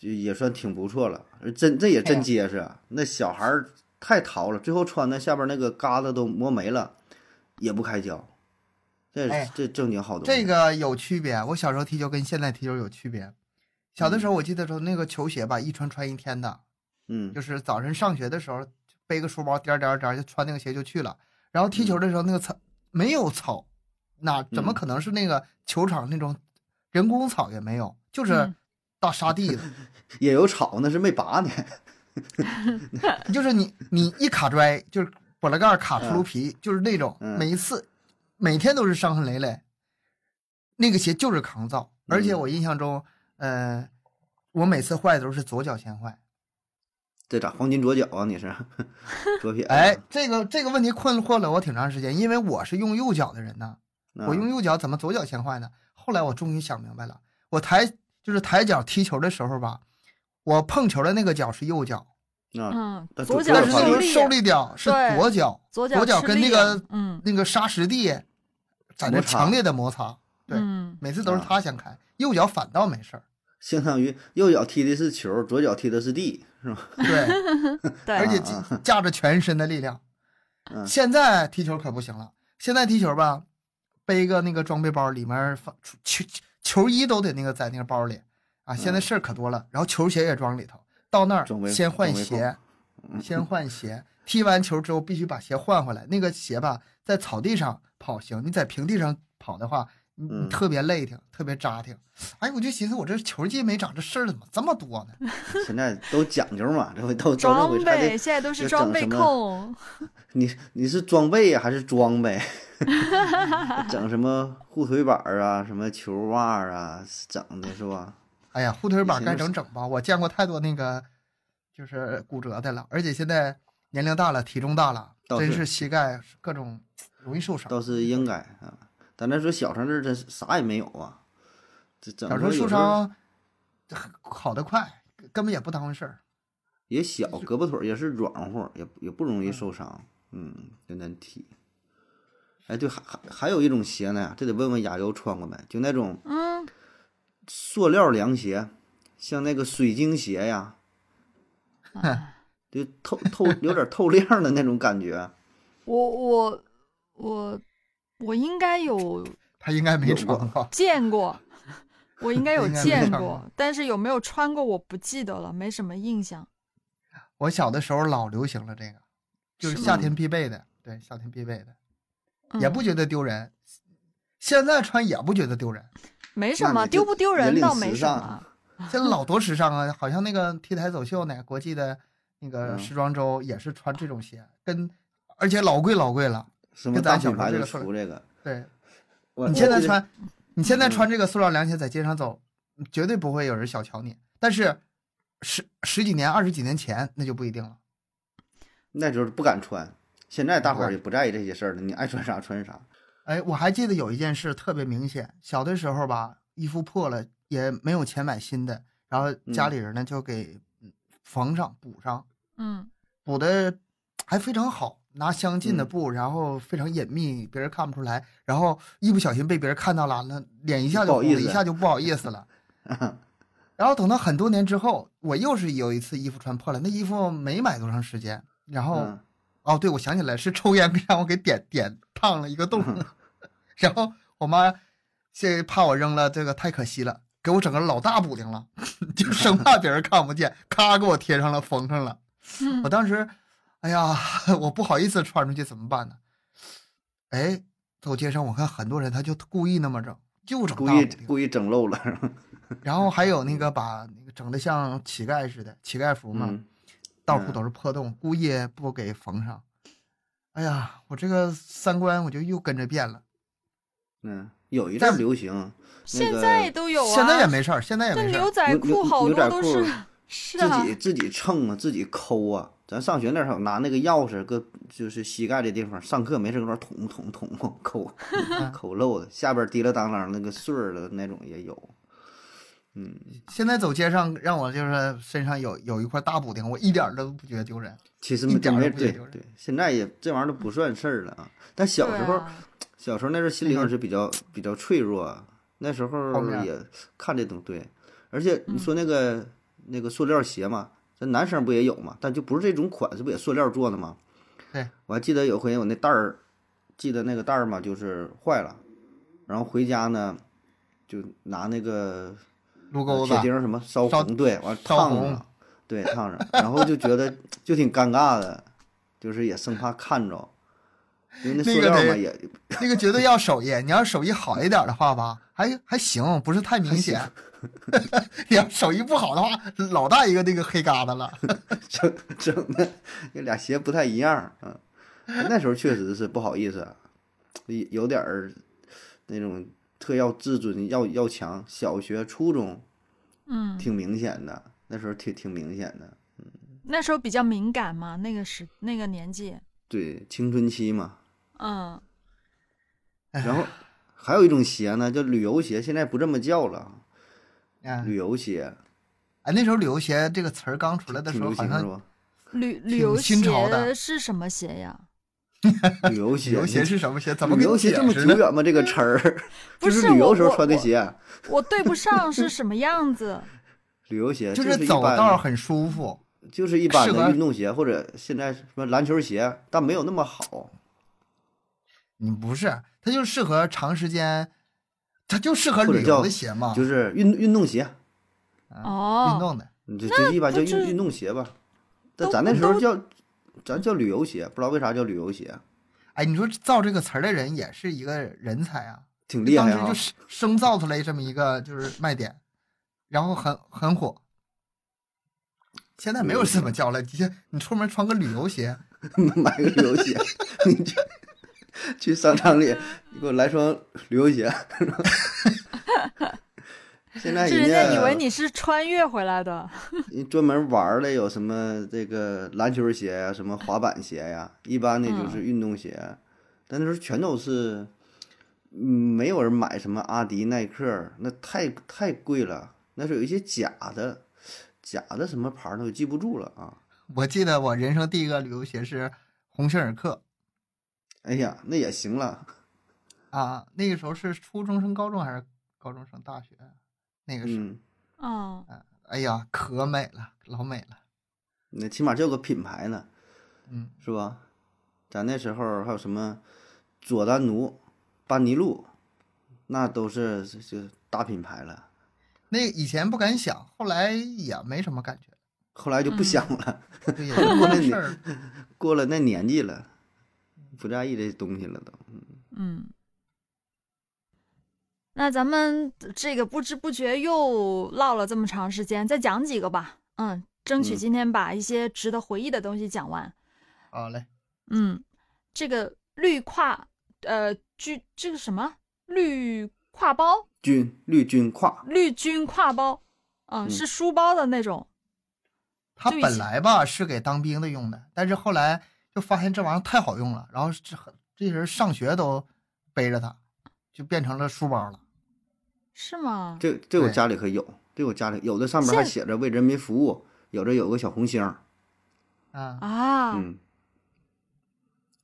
S3: 就也算挺不错了，而真这也
S4: 哎
S3: 真
S4: 呀
S3: 结实，啊那小孩儿太淘了，最后穿的下边那个嘎子都磨没了，也不开胶，这
S4: 哎
S3: 这正经好东西。
S4: 这个有区别。我小时候踢球跟现在踢球有区别。小的时候，我记得时候那个球鞋吧，一穿穿一天的，
S3: 嗯
S4: 就是早晨上学的时候背个书包颠儿颠儿颠儿就穿那个鞋就去了。然后踢球的时候，那个草没有草，哪怎么
S3: 嗯
S4: 可能是那个球场那种人工草也没有，就是
S2: 嗯
S4: 大沙地的，
S3: 也有草，那是没拔呢。
S4: 就是你你一卡拽就是拨拉盖儿卡秃噜皮，就是那种
S3: 嗯
S4: 每一次每天都是伤痕累累，那个鞋就是抗造，而且
S3: 嗯
S4: 我印象中，呃，我每次坏的都是左脚先坏。
S3: 这咋黄金左脚啊？你是 左撇？
S4: 哎，，这个这个问题困惑了我挺长时间，因为我是用右脚的人呐，我用
S3: 啊
S4: 右脚怎么左脚先坏呢？后来我终于想明白了，我抬就是抬脚踢球的时候吧，我碰球的那个脚是右脚，
S3: 啊，
S2: 嗯
S3: 但，
S2: 左
S3: 左
S2: 脚
S3: 右
S4: 呃但
S2: 是
S4: 是
S3: 发
S4: 那
S2: 受
S3: 力
S4: 个
S2: 力，
S4: 受力脚是
S2: 对
S4: 左脚，
S2: 左
S4: 左脚
S2: 吃
S4: 跟那
S2: 力
S4: 个
S2: 啊嗯
S4: 那个沙石地在那
S3: 摩擦
S4: 强烈的摩擦，对
S2: 嗯
S4: 每次都是
S3: 啊
S4: 他先开，右脚反倒没事儿。
S3: 相当于右脚踢的是球，左脚踢的是地，是吧？
S4: 对，而
S2: 对，
S4: 且架架着全身的力量。
S3: 啊嗯
S4: 现在踢球可不行了，现在踢球吧，背一个那个装备包，里面放球球球衣都得那个在那个包里啊。现在事儿可多了，然后球鞋也装里头，到那儿
S3: 嗯装备
S4: 先换
S3: 装备
S4: 鞋，先换鞋。踢完球之后必须把鞋换回来，那个鞋吧在草地上跑行，你在平地上跑的话，你你
S3: 嗯
S4: 特别累挺，特别扎挺。哎，我就寻思我这球技没长，这事儿怎么这么多呢？
S3: 现在都讲究嘛，这回都都这
S2: 装
S3: 回还
S2: 备
S3: 得
S2: 现在都是
S3: 这
S2: 装
S3: 整
S2: 备
S3: 什么
S2: 控，
S3: 你你是装备 呀还是装呗？整什么护腿板儿啊，什么球袜儿啊，整的是吧？
S4: 哎呀，护腿板
S3: 以前
S4: 该
S3: 都
S4: 整
S3: 是
S4: 整吧，我见过太多那个就是骨折的了，而且现在年龄大了，体重大了，
S3: 倒
S4: 真
S3: 是
S4: 是膝盖各种容易受伤。
S3: 倒是应该啊。咱这说小时候这儿真是啥也没有啊，这整
S4: 小时
S3: 时
S4: 候
S3: 候
S4: 受
S3: 有时候
S4: 伤好得快，根本也不当回事儿。
S3: 也小，胳膊腿儿也是软乎，也也不容易受伤。嗯，就难踢。哎，对，还还还有一种鞋呢，这得问问亚优穿过没？就那种
S2: 嗯，
S3: 塑料凉鞋，像那个水晶鞋呀，
S2: 啊
S3: 就透透有点透亮的那种感觉。
S2: 我我我我应该有
S4: 他应该没
S3: 有
S4: 穿过，
S2: 见 过，我应该有
S4: 应该没
S2: 见
S4: 上
S2: 过
S4: 过，
S2: 但是有没有穿过我不记得了，没什么印象。
S4: 我小的时候老流行了这个，就是
S2: 是
S4: 夏
S3: 吗
S4: 天必备的，对，夏天必备的，
S2: 嗯、
S4: 也不觉得丢人。现在穿也不觉得丢人，
S2: 没
S3: 那
S2: 什
S3: 你
S2: 么，
S3: 这
S2: 丢不丢
S3: 引
S2: 人
S3: 领
S2: 倒
S3: 时
S2: 没什
S3: 尚
S2: 么。
S4: 现在老多时尚啊，好像那个 T 台走秀哪个国际的那个
S3: 嗯
S4: 时装周也是穿这种鞋，跟而且老贵老贵了。
S3: 什么
S4: 跟咱
S3: 大
S4: 小
S3: 品
S4: 时候
S3: 牌
S4: 这
S3: 都
S4: 个塑料
S3: 出这个。
S4: 对
S3: 我
S4: 你现在
S3: 我记得嗯
S4: 穿，你现在穿这个塑料凉鞋在街上走，绝对不会有人小瞧你。但是十十几年、二十几年前那就不一定了。
S3: 那时候不敢穿，现在大伙
S4: 嗯
S3: 儿也不在意这些事儿了，你爱穿啥穿啥。
S4: 哎，我还记得有一件事特别明显，小的时候吧，衣服破了也没有钱买新的，然后
S3: 嗯
S4: 家里人呢就给嗯缝上补上，
S2: 嗯
S4: 补的还非常好，拿相近的
S3: 嗯
S4: 布，然后非常隐秘，别人看不出来。然后一不小心被别人看到了，那脸一下
S3: 不
S4: 就
S3: 好
S4: 红了
S3: 意思
S4: 一下就不好意 思了。然后等到很多年之后，我又是有一次衣服穿破了，那衣服没买多长时间，然后、
S3: 嗯，
S4: 哦，对，我想起来是抽烟让我给点点烫了一个洞，
S3: 嗯
S4: 然后我妈现怕我扔了这个太可惜了，给我整个老大补丁了， 就生怕别人看不见，咔给我贴上了缝上了。我当时，哎呀， 我不好意思穿出去怎么办呢？哎，走街上我看很多人他就故意那么整，就整
S3: 故
S4: 大补
S3: 意
S4: 丁。
S3: 故意嗯整漏了，是吧
S4: 然后还有那个把那个整的像乞丐似的乞丐服嘛，
S3: 嗯，
S4: 到处都是破洞，故意不给缝上。哎呀，我这个三观我就又跟着变了。
S3: 嗯，有一阵儿
S4: 但
S3: 流行，
S2: 现在都有啊，
S4: 现在也没事儿，现在也
S2: 这
S4: 没事
S2: 牛
S4: 儿。
S2: 仔
S3: 牛
S2: 裤
S3: 牛
S2: 好
S3: 牛
S2: 多
S3: 仔
S2: 都
S3: 裤
S2: 是 是
S3: 自
S2: 啊，
S3: 己自己蹭啊，自己抠啊。咱上学那时候拿那个钥匙搁就是膝盖这地方，上课没事搁那儿捅捅捅
S4: 啊
S3: 抠抠漏的，下边儿滴了当啷那个穗儿的那种也有。
S4: 现在走街上，让我就是身上有有一块大补丁，我一点儿都不觉得丢人。
S3: 其实
S4: 一
S3: 没
S4: 点儿
S3: 没
S4: 都不觉
S3: 对
S4: 得丢人
S3: 对，现在也这玩意儿都不算事儿了啊。但小时
S2: 对
S3: 候、
S2: 啊
S3: 小时候那时候心灵是比较比较脆弱，啊那时
S4: 后
S3: 候
S4: 面
S3: 也看这种对，而且你说那个、那个塑料鞋嘛，咱男生不也有嘛？但就不是这种款，这不也塑料做的吗？
S4: 对，
S3: 我还记得有回我那袋儿，记得那个袋儿嘛，就是坏了，然后回家呢，就拿那个呃
S4: 撸钩子
S3: 铁，钉儿什么烧
S4: 烧
S3: 红，对，完
S4: 烧
S3: 烫
S4: 红
S3: 上，对，烫上，然后就觉得就挺尴尬的，就是也生怕看着，因为那
S4: 那
S3: 塑
S4: 个
S3: 料嘛
S4: 得
S3: 也
S4: 那个绝对要手艺。你要手艺好一点的话吧，还还行，不是太明显。 你要手艺不好的话，老大一个那个黑疙 瘩了。
S3: 整整的这俩鞋不太一样儿啊。那时候确实是不好意思，啊有有点儿那种特要自尊要要强。小学、初中
S2: 嗯，
S3: 挺明显的，那时候挺挺明显的。
S2: 那时候比较敏感嘛，那个时那个年纪，
S3: 对，青春期嘛。
S2: 嗯，
S3: 然后还有一种鞋呢，叫旅游鞋，现在不这么叫了，
S4: 嗯，
S3: 旅游鞋
S4: 哎，那时候旅游鞋这个词儿刚出来的
S3: 挺
S4: 时候，
S3: 流
S4: 好
S3: 行是
S4: 像
S3: 吧？
S2: 旅旅
S4: 挺
S2: 游
S4: 新潮的
S2: 鞋是什么鞋呀？
S3: 旅游鞋，
S4: 旅游鞋
S3: 你
S4: 是什么鞋？怎么
S3: 旅
S4: 给
S3: 游
S4: 你
S3: 鞋
S4: 解
S3: 这么
S4: 释
S3: 久
S4: 呢？
S3: 远吗？这个词儿
S2: 不
S3: 就是旅游
S2: 我
S3: 时候
S2: 我
S3: 穿的
S2: 我
S3: 鞋，啊
S2: 我对不上是什么样 子？
S3: 旅游鞋
S4: 就是是
S3: 一
S4: 走
S3: 般
S4: 道很舒服，
S3: 就是一般
S4: 适合
S3: 的运动鞋或者现在什么篮球鞋，但没有那么好。
S4: 你不是，它就适合长时间，它就适合
S3: 或者
S4: 旅游
S3: 叫
S4: 的鞋嘛，
S3: 就是运运动鞋，
S4: 啊运
S2: 哦，
S4: 动的。
S3: 你就就一般叫
S2: 不
S3: 运
S2: 就
S3: 运动鞋吧。但
S2: 都
S3: 咱那时
S2: 都
S3: 候叫咱叫旅游鞋，不知道为啥叫旅游鞋，
S4: 哎，你说造这个词儿的人也是一个人才啊，
S3: 挺厉害
S4: 当时
S3: 哈
S4: 就。生生造出来这么一个就是卖点，然后很很火。现在没有这么叫了，你先你出门穿个旅游鞋，
S3: 买个旅游鞋，你去去商场里，你给我来双旅游鞋。 现在
S2: 这
S3: 人
S2: 人家以为你是穿越回来的，
S3: 你专门玩儿的有什么这个篮球鞋呀、什么滑板鞋呀、一般的就是运动鞋，但那时候全都是，嗯，没有人买什么阿迪、耐克，那太太贵了。那时候有一些假的，假的什么牌儿呢？我记不住了啊。
S4: 我记得我人生第一个旅游鞋是鸿星尔克
S3: 哎呀，那也行了，
S4: 啊，那个时候是初中升高中还是高中升大学？那个是，
S3: 嗯，
S2: 嗯，
S4: 哎呀，可美了，老美了。
S3: 那起码叫个品牌呢，
S4: 嗯，
S3: 是吧？咱那时候还有什么佐丹奴、班尼路，那都是就就大品牌了。
S4: 那以前不敢想，后来也没什么感觉，
S3: 后来就
S2: 嗯
S3: 不想了，
S4: 对，也
S3: 过
S4: 就
S3: 了
S4: 那
S3: 你
S4: 事儿。
S3: 过了那年纪了，不在意这东西了都。
S2: 嗯，那咱们这个不知不觉又唠了这么长时间，再讲几个吧。嗯，争取
S3: 嗯
S2: 今天把一些值得回忆的东西讲完。
S4: 好啊嘞，
S2: 嗯，这个绿挎，呃，居这个什么绿挎包，
S3: 军绿军挎，
S2: 绿军挎包，嗯，
S3: 嗯
S2: 是书包的那种。
S4: 它
S2: 就以
S4: 本
S2: 前
S4: 来吧是给当兵的用的，但是后来就发现这玩意儿太好用了，然后这这人上学都背着它，就变成了书包了。
S2: 是吗？
S3: 这这我
S4: 对
S3: 家里可有，这我家里有的上面还
S2: 现
S3: 写着为人民服务，有的有个小红星儿，
S4: 啊，
S2: 啊，
S3: 嗯，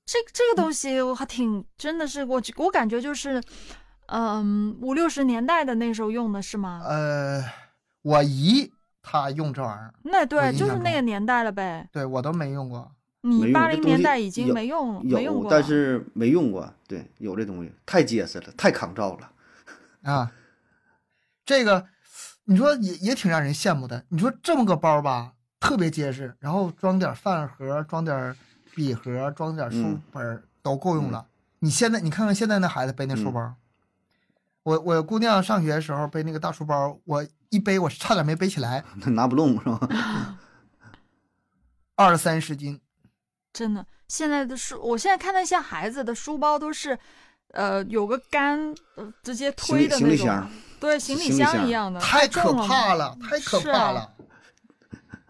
S2: 这这个东西我还挺真的是我我感觉就是，嗯，五六十年代的那时候用的是吗？
S4: 呃，我姨她用这玩意儿，
S2: 那对，啊
S4: 印
S2: 就是
S4: 象
S2: 那
S4: 中
S2: 个年代了呗。
S4: 对我都没用过。
S3: 没
S2: 你
S3: 用
S2: 八
S3: 这
S2: 零
S3: 东
S2: 年
S3: 西
S2: 代已经
S3: 有
S2: 没用了，没用
S3: 有
S2: 过了。
S3: 但是没用过，对，有这东西太结实了，太抗造了，
S4: 啊，这个你说也也挺让人羡慕的。你说这么个包吧，特别结实，然后装点饭盒，装点笔盒，装点书
S3: 嗯
S4: 本儿、都够用
S3: 嗯
S4: 了。你现在你看看现在那孩子背那书
S3: 嗯
S4: 包，我我姑娘上学的时候背那个大书包，我一背我差点没背起来，
S3: 拿不动是吧？
S4: 二三十斤。
S2: 真的，现在的书，我现在看那些孩子的书包都是，呃，有个杆，呃，直接
S3: 行
S2: 推
S3: 李
S2: 的
S3: 行李
S2: 那种，
S3: 箱，
S2: 对，行李
S3: 行李
S2: 箱
S3: 箱
S2: 一嗯样的，
S4: 太可
S2: 重了嘛。
S4: 怕了，太可
S2: 是
S4: 怕
S2: 啊
S4: 了。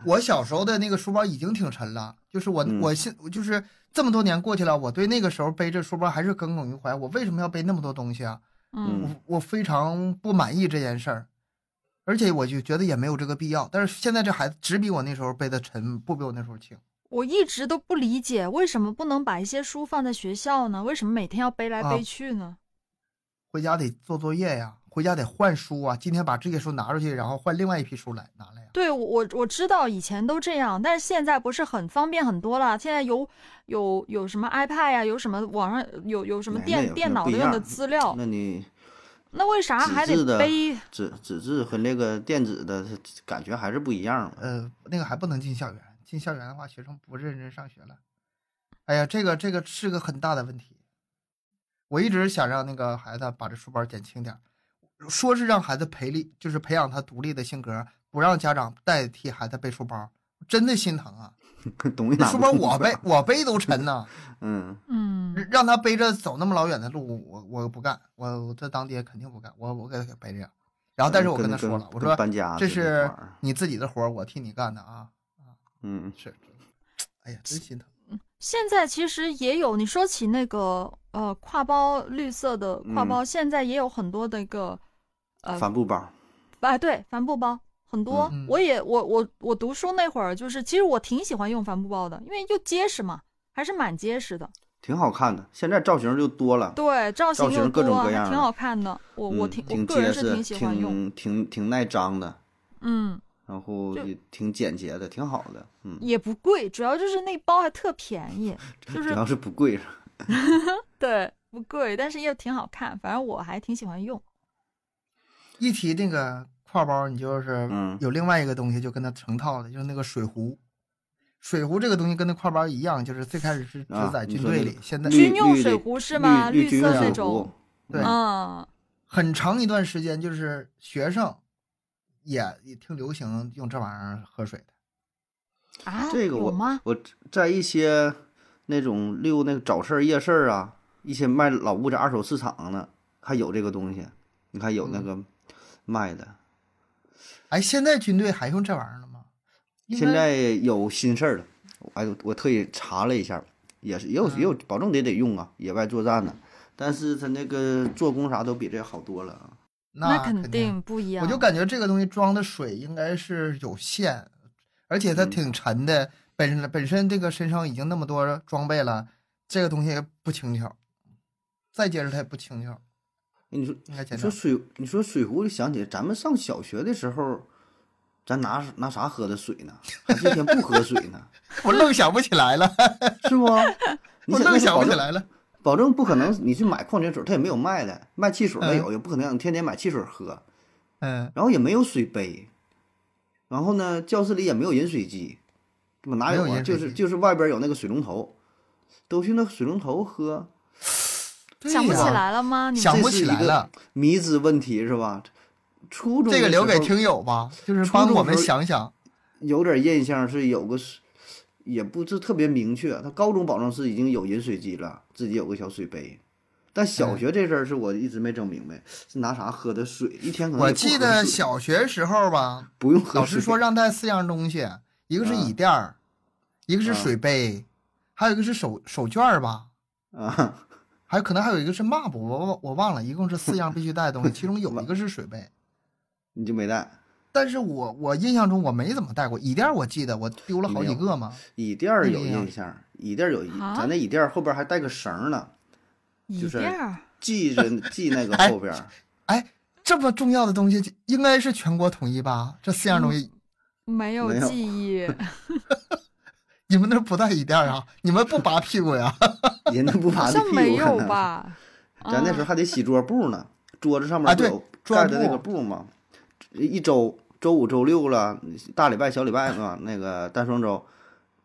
S4: 我小时候的那个书包已经挺沉了，就是我、
S3: 嗯
S4: 我现就是这么多年过去了，我对那个时候背着书包还是耿耿于怀。我为什么要背那么多东西啊？
S2: 嗯
S3: 嗯
S4: 我我非常不满意这件事儿，而且我就觉得也没有这个必要。但是现在这孩子只比我那时候背的沉，不比我那时候轻。
S2: 我一直都不理解为什么不能把一些书放在学校呢？为什么每天要背来
S4: 啊
S2: 背去呢？
S4: 回家得做作业呀，回家得换书啊。今天把这些书拿出去，然后换另外一批书来拿来呀。
S2: 对我我我知道以前都这样，但是现在不是很方便很多了。现在有有有什么 iPad 呀、有什么网上有有什么
S3: 哎那
S2: 电
S3: 有
S2: 电
S3: 那
S2: 脑
S3: 不
S2: 的
S3: 一
S2: 用的
S3: 样
S2: 资料，
S3: 那你
S2: 那为啥还
S3: 纸质
S2: 得
S3: 的
S2: 背？
S3: 纸纸质和那个电子的是感觉还是不一样嘛。
S4: 呃，那个还不能进校园，进校园的话，学生不认真上学了。哎呀，这个这个是个很大的问题。我一直想让那个孩子把这书包减轻点儿，说是让孩子培力，就是培养他独立的性格，不让家长代替孩子背书包，真的心疼啊！
S3: 东西
S4: 那
S3: 拿
S4: 书
S3: 不
S4: 包
S3: 动
S4: 我背，我背都沉呐、
S3: 嗯，
S2: 嗯，
S4: 让他背着走那么老远的路，我我不干，我我这当爹肯定不干，我我给他给背着呀。然后，啊但是我
S3: 嗯呃跟
S4: 跟他说了，我
S3: 跟
S4: 说
S3: 搬家
S4: 这
S3: 似的
S4: 是
S3: 玩意儿
S4: 你自己的活儿，我替你干的啊。
S3: 嗯
S4: 是，哎呀，真心疼。
S2: 现在其实也有，你说起那个呃挎包绿色的挎
S3: 嗯
S2: 包，现在也有很多的一个呃
S3: 帆布包，
S2: 啊，对，帆布包很多。
S4: 嗯嗯
S2: 我也我我我读书那会儿，就是其实我挺喜欢用帆布包的，因为又结实嘛，还是蛮结实的。
S3: 挺好看的。现在造型就多了，
S2: 对，造
S3: 造
S2: 型又
S3: 型各
S2: 多，
S3: 种各
S2: 还
S3: 样
S2: 挺
S3: 的
S2: 好看的。我我
S3: 嗯
S2: 挺我
S3: 挺
S2: 个人
S3: 结
S2: 是
S3: 实，
S2: 挺喜欢用，
S3: 挺挺挺耐脏的，
S2: 嗯，
S3: 然后
S2: 就
S3: 也挺简洁的，挺好的。嗯，
S2: 也不贵，主要就是那包还特便 宜，就
S3: 主
S2: 是
S3: 要是不贵。
S2: 对不贵，但是又挺好看，反正我还挺喜欢用。
S4: 一提那个挎包，你就是
S3: 嗯
S4: 有另外一个东西就跟它成套的，就是那个水壶。水壶这个东西跟那挎包一样，就是最开始是只
S3: 啊
S4: 在
S3: 你
S4: 军
S3: 说
S4: 队
S3: 那
S4: 里，
S3: 个
S4: 现在
S2: 绿
S3: 绿
S2: 军用
S3: 绿
S2: 水
S3: 的
S2: 壶是吗
S3: 绿
S2: 绿
S3: 军
S2: 色
S3: 用
S2: 那
S3: 水
S2: 种
S3: 壶，
S4: 对
S2: 嗯，
S4: 很长一段时间就是学生也也挺流行用这玩意儿喝水的。
S2: 啊，
S3: 这个
S2: 有
S3: 我
S2: 吗？
S3: 我在一些那种遛那个早市儿、夜市儿啊，一些卖老物件二手市场呢，还有这个东西。你看有那
S2: 嗯
S3: 个卖的，
S4: 哎，现在军队还用这玩意儿了吗？应
S3: 现
S4: 该
S3: 在有新事儿了。哎，我我特意查了一下，也是也有也
S4: 嗯
S3: 有，保证得得用啊，野外作战呢、但是它那个做工啥都比这好多了啊。
S4: 那
S2: 肯定不一样。
S4: 我就感觉这个东西装的水应该是有限，而且它
S3: 嗯
S4: 挺沉的，本身本身这个身上已经那么多装备了，这个东西不轻巧，再接着它也不轻巧，
S3: 哎你说
S4: 应该简
S3: 你说
S4: 单。
S3: 水，你说水壶，就想起咱们上小学的时候，咱拿拿啥喝的水呢？还是一天不喝水呢？
S4: 我愣想不起来了，
S3: 是 不？你
S4: 我
S3: 想那
S4: 愣
S3: 时
S4: 想
S3: 候保
S4: 不起
S3: 证
S4: 来了。
S3: 保证不可能，你去买矿泉水，它也没有卖的，卖汽水的
S4: 嗯
S3: 有，也不可能让你天天买汽水喝，
S4: 嗯，
S3: 然后也没有水杯，然后呢，教室里也没有饮水机，根本哪有
S4: 没有
S3: 啊？
S4: 饮
S3: 就
S4: 水
S3: 是
S4: 机
S3: 就是外边有那个水龙头，都去那水龙头喝，
S4: 对
S2: 想不起
S4: 呀，
S2: 来了吗？你们
S4: 想
S3: 这
S4: 不
S3: 是
S4: 起
S3: 一
S4: 来
S3: 个
S4: 了。
S3: 迷之问题是吧？初中
S4: 这个
S3: 的
S4: 留
S3: 时
S4: 给
S3: 候
S4: 听友吧，就是
S3: 初
S4: 帮
S3: 中
S4: 我
S3: 时
S4: 们
S3: 候
S4: 想想。
S3: 有点印象是有个是，也不是特别明确。他高中保证是已经有饮水机了，自己有个小水杯，但
S4: 嗯
S3: 小学这事儿是我一直没整明白，是拿啥喝的水？一天可能
S4: 我
S3: 也不
S4: 记
S3: 喝
S4: 得
S3: 水
S4: 小学时候吧，
S3: 不用喝
S4: 老师
S3: 水嗯
S4: 说让带四样东西，一个是椅垫儿，一个是
S3: 啊
S4: 水杯，还有一个是手手绢儿吧，
S3: 啊，
S4: 还有可能还有一个是抹布，我忘我忘了，一共是四样必须带的东西，其中有一个是水杯。
S3: 你就没带
S4: 但是我我印象中我没怎么带过椅垫，我记得我丢了好几个嘛。
S3: 椅垫儿
S4: 那
S3: 有
S4: 哎个呀
S3: 印象，椅垫儿有印，
S2: 啊
S3: 咱那椅垫儿后边还带个绳儿呢，
S2: 椅
S3: 就是
S2: 垫 儿，
S3: 系着 系那个后边儿。
S4: 哎，这么重要的东西，应该是全国统一吧？这四样东西，
S2: 没有
S3: 没有
S2: 记 忆，
S4: 你们那儿不带椅垫儿啊？你们不拔屁股呀？
S3: 人家不
S2: 好
S3: 爬那
S2: 像
S3: 屁股
S2: 没有
S3: 呢？
S2: 吧？
S3: 咱那时候还得洗桌布呢，桌子上
S4: 啊
S3: 面不
S4: 对
S3: 有
S4: 桌
S3: 盖的那
S4: 布
S3: 个布嘛，一周周五、周六了，大礼拜、小礼拜嘛，那个单双周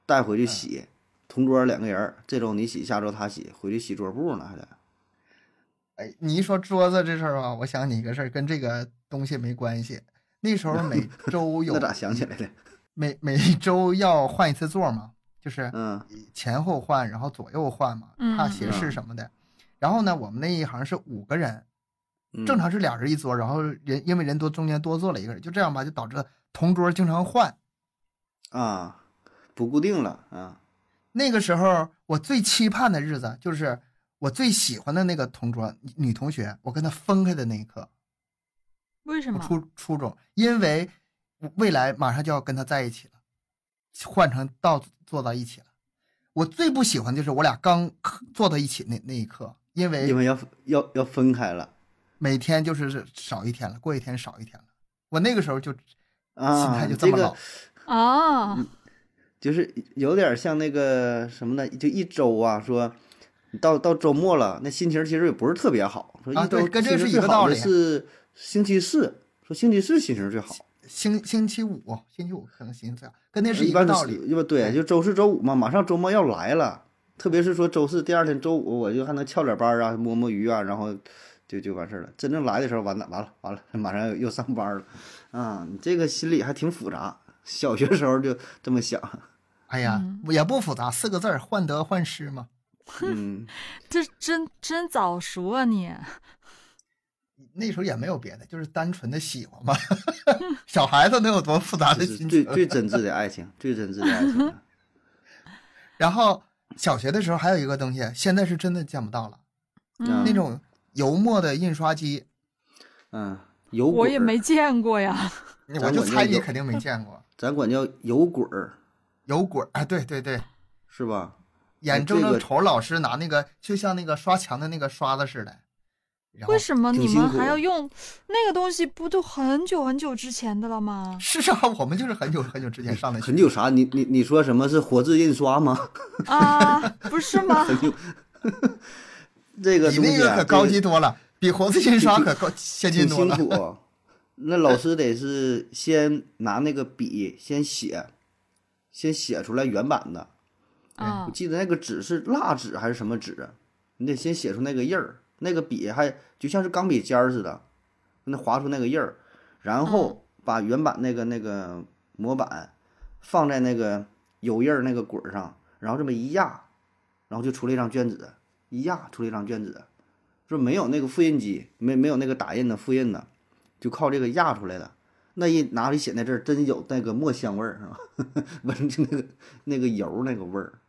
S3: 带回去洗，
S4: 嗯
S3: 同桌两个人儿，这周你洗，下周他洗，回去洗桌布呢还得。
S4: 哎，你一说桌子这事儿吧，啊我想起一个事儿，跟这个东西没关系。那时候每周 有
S3: 那咋想起来的？
S4: 每每周要换一次座嘛，就是
S3: 嗯
S4: 前后换，然后左右换嘛，
S2: 嗯
S4: 怕
S2: 嗯
S4: 斜视什么的。然后呢，我们那一行是五个人，
S3: 嗯，
S4: 正常是俩人一桌，然后人因为人多，中间多坐了一个人，就这样吧，就导致同桌经常换。
S3: 啊，不固定了啊，
S4: 那个时候我最期盼的日子，就是我最喜欢的那个同桌女女同学，我跟她分开的那一刻。
S2: 为什
S4: 我
S2: 么？
S4: 初初中，因为我未来马上就要跟他在一起了，换成到坐到一起了。我最不喜欢就是我俩刚坐到一起那那一刻，因
S3: 因
S4: 为
S3: 为要要要分开了
S4: 每天就是少一天了，过一天少一天了。我那个时候就心
S3: 啊
S4: 态，就
S3: 这
S4: 这么
S3: 个
S4: 老，
S2: 啊，
S3: 嗯就是有点像那个什么呢，就一周啊，说到到周末了，那心情其实也不是特别好。说
S4: 啊
S3: 一
S4: 对
S3: 周
S4: 跟这
S3: 心
S4: 是
S3: 情
S4: 一
S3: 最
S4: 个
S3: 好
S4: 道
S3: 的
S4: 理啊
S3: 是星期四，说星期四心情最好。
S4: 星星期五，星期五可能行这样，跟那是
S3: 一
S4: 一个
S3: 般
S4: 道理。哎
S3: 因为对，
S4: 对
S3: 就周四周五嘛，马上周末要来了，特别是说周四第二天周五，我就还能翘点班啊，摸摸鱼啊，然后就就完事儿了。真正来的时候，完了完了完了，马上又又上班了，啊，你这个心里还挺复杂。小学时候就这么想，
S4: 哎呀，也不复杂，四个字儿，患得患失嘛。
S3: 嗯，
S2: 这真真早熟啊你！
S4: 那时候也没有别的，就是单纯的喜欢嘛。小孩子能有多复杂
S3: 这
S4: 的
S3: 是
S4: 心
S3: 呃最
S4: 情？
S3: 最真挚的爱情，最真挚的爱情了。
S4: 然后小学的时候还有一个东西，现在是真的见不到了，
S3: 嗯
S4: 那种油墨的印刷机，
S3: 嗯，油
S2: 我
S3: 滚
S2: 也
S3: 儿
S2: 没见过呀。
S3: 咱
S4: 我就
S3: 管
S4: 猜
S3: 叫
S4: 你
S3: 油
S4: 肯定没见过。
S3: 咱管叫油滚儿，
S4: 油滚儿啊，对 对对，
S3: 是吧？
S4: 眼
S3: 哎这
S4: 睁
S3: 个
S4: 睁瞅老师拿那个，就像那个刷墙的那个刷子似的。然后
S2: 为什么
S3: 挺
S2: 你
S3: 辛
S2: 们
S3: 苦
S2: 还要用那个东西？不都很久很久之前的了 吗？
S4: 是啊，我们就是很久很久之前上的学
S3: 很。久啥？你你你说什么是活字印刷吗？
S2: 啊，不是吗？啊
S3: 很久，这个
S4: 比
S3: 东
S4: 那
S3: 西
S4: 个
S3: 啊
S4: 可高
S3: 这
S4: 级
S3: 个
S4: 多了，比活字印刷可高先进
S3: 挺
S4: 多
S3: 辛
S4: 了。
S3: 苦啊。那老师得是先拿那个笔先写，先写出来原版的。
S2: 啊
S3: 我，记得那个纸是蜡纸还是什么纸？啊你得先写出那个印儿，那个笔还就像是钢笔尖儿似的，那划出那个印儿，然后把原版那个那个模板放在那个油印儿那个滚儿上，然后这么一压，然后就出了一张卷子，一压出了一张卷子，说没有那个复印机，没没有那个打印的复印的，就靠这个压出来的。那一拿笔写那字儿，真有那个墨香味儿，是吧？ 闻着那个那个油那个味儿。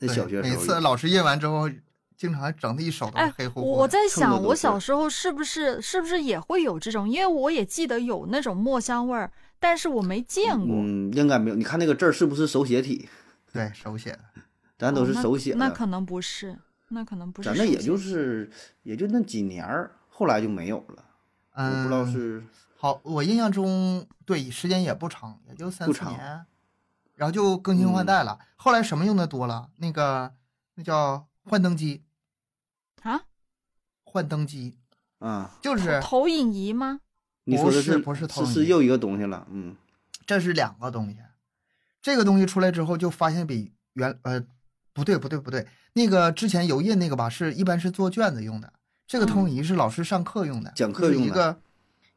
S3: 那
S4: 对
S3: 小学时
S4: 每
S3: 候
S4: 次
S3: 有，
S4: 老师印完之后，经常整的一手都是
S2: 哎，
S4: 黑乎
S2: 我
S4: 乎的。
S2: 我在
S3: 蹭的
S2: 想，
S3: 都
S2: 我
S3: 是
S2: 小时候是不是是不是也会有这种？因为我也记得有那种墨香味儿，但是我没见过。
S3: 嗯，应该没有。你看那个字儿是不是手写体？
S4: 对手写的，
S3: 咱都
S2: 哦
S3: 是
S2: 那
S3: 手写的，
S2: 那可能不是，那可能不是手
S3: 咱
S2: 写。
S3: 那也就是也就那几年儿，后来就没有了。
S4: 嗯，
S3: 我不知道是
S4: 好，我印象中对时间也不长，也就三
S3: 不
S4: 四
S3: 长嗯
S4: 年，然后就更新换代了。后来什么用的多了？那个那叫幻灯机，
S2: 啊，
S4: 幻灯机
S3: 啊，
S4: 就是
S2: 投影仪吗？
S3: 你说的
S4: 不是不
S3: 是是
S4: 是投影
S3: 是
S4: 仪
S3: 又一个东西了，嗯，
S4: 这是两个东西。这个东西出来之后，就发现比原呃不对不对不对，那个之前油印那个吧，是一般是做卷子用的，这个投影仪是老师上课用的，
S3: 嗯讲
S4: 就
S3: 课
S4: 是
S3: 用
S4: 一
S3: 的
S4: 个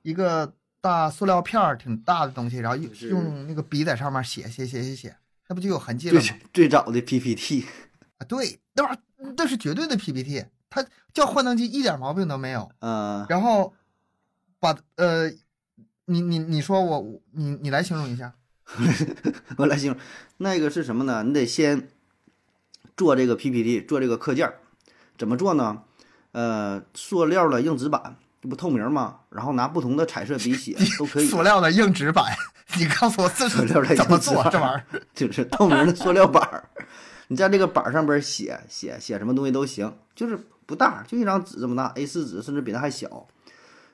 S4: 一个大塑料片儿挺大的东西，然后用
S3: 是
S4: 用那个笔在上面写写写写写，那不就有痕迹了
S3: 最
S4: 吗？
S3: 最早的 PPT，
S4: 啊，对，那玩意儿那是绝对的 PPT，它叫幻灯机一点毛病都没有。
S3: 啊，
S4: 然后把呃，你你你说我我你你来形容一下，
S3: 我来形容，那个是什么呢？你得先做这个 PPT，做这个课件儿，怎么做呢？呃，塑料的硬纸板，这不透明吗？然后拿不同的彩色笔 写都可以，
S4: 塑料的硬纸板， 你告诉我这
S3: 塑
S4: 是
S3: 料的
S4: 怎么
S3: 硬纸
S4: 做
S3: 板
S4: 这玩意儿？
S3: 就是透明的塑料板儿，你在这个板儿上边儿写写写什么东西都行，就是不大，就一张纸这么大，A4 纸甚至比它还小。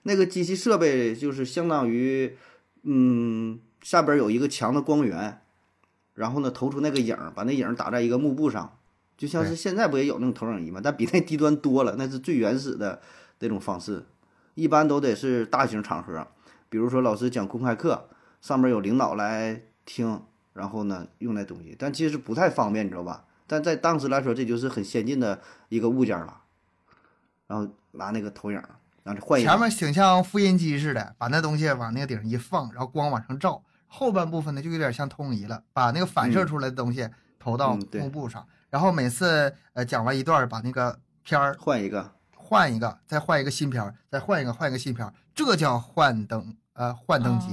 S3: 那个机器设备就是相当于，嗯，下边儿有一个强的光源，然后呢投出那个影儿，把那影儿打在一个幕布上，就像是
S4: 对
S3: 现在不也有那种投影仪嘛，但比那低端多了，那是最原始的那种方式。一般都得是大型场合，比如说老师讲公开课，上面有领导来听，然后呢用那东西，但其实不太方便，你知道吧？但在当时来说，这就是很先进的一个物件了。然后拿那个投影，然后换一
S4: 前面挺像复印机似的，把那东西往那个顶上一放，然后光往上照。后半部分呢，就有点像投影仪了，把那个反射出来的东西投到
S3: 嗯对
S4: 幕布上，然后每次呃讲完一段儿，把那个片儿
S3: 换一个，
S4: 换一个，再换一个新片儿，再换一个，换一个新片儿，这叫幻灯呃幻灯
S3: 啊
S4: 机。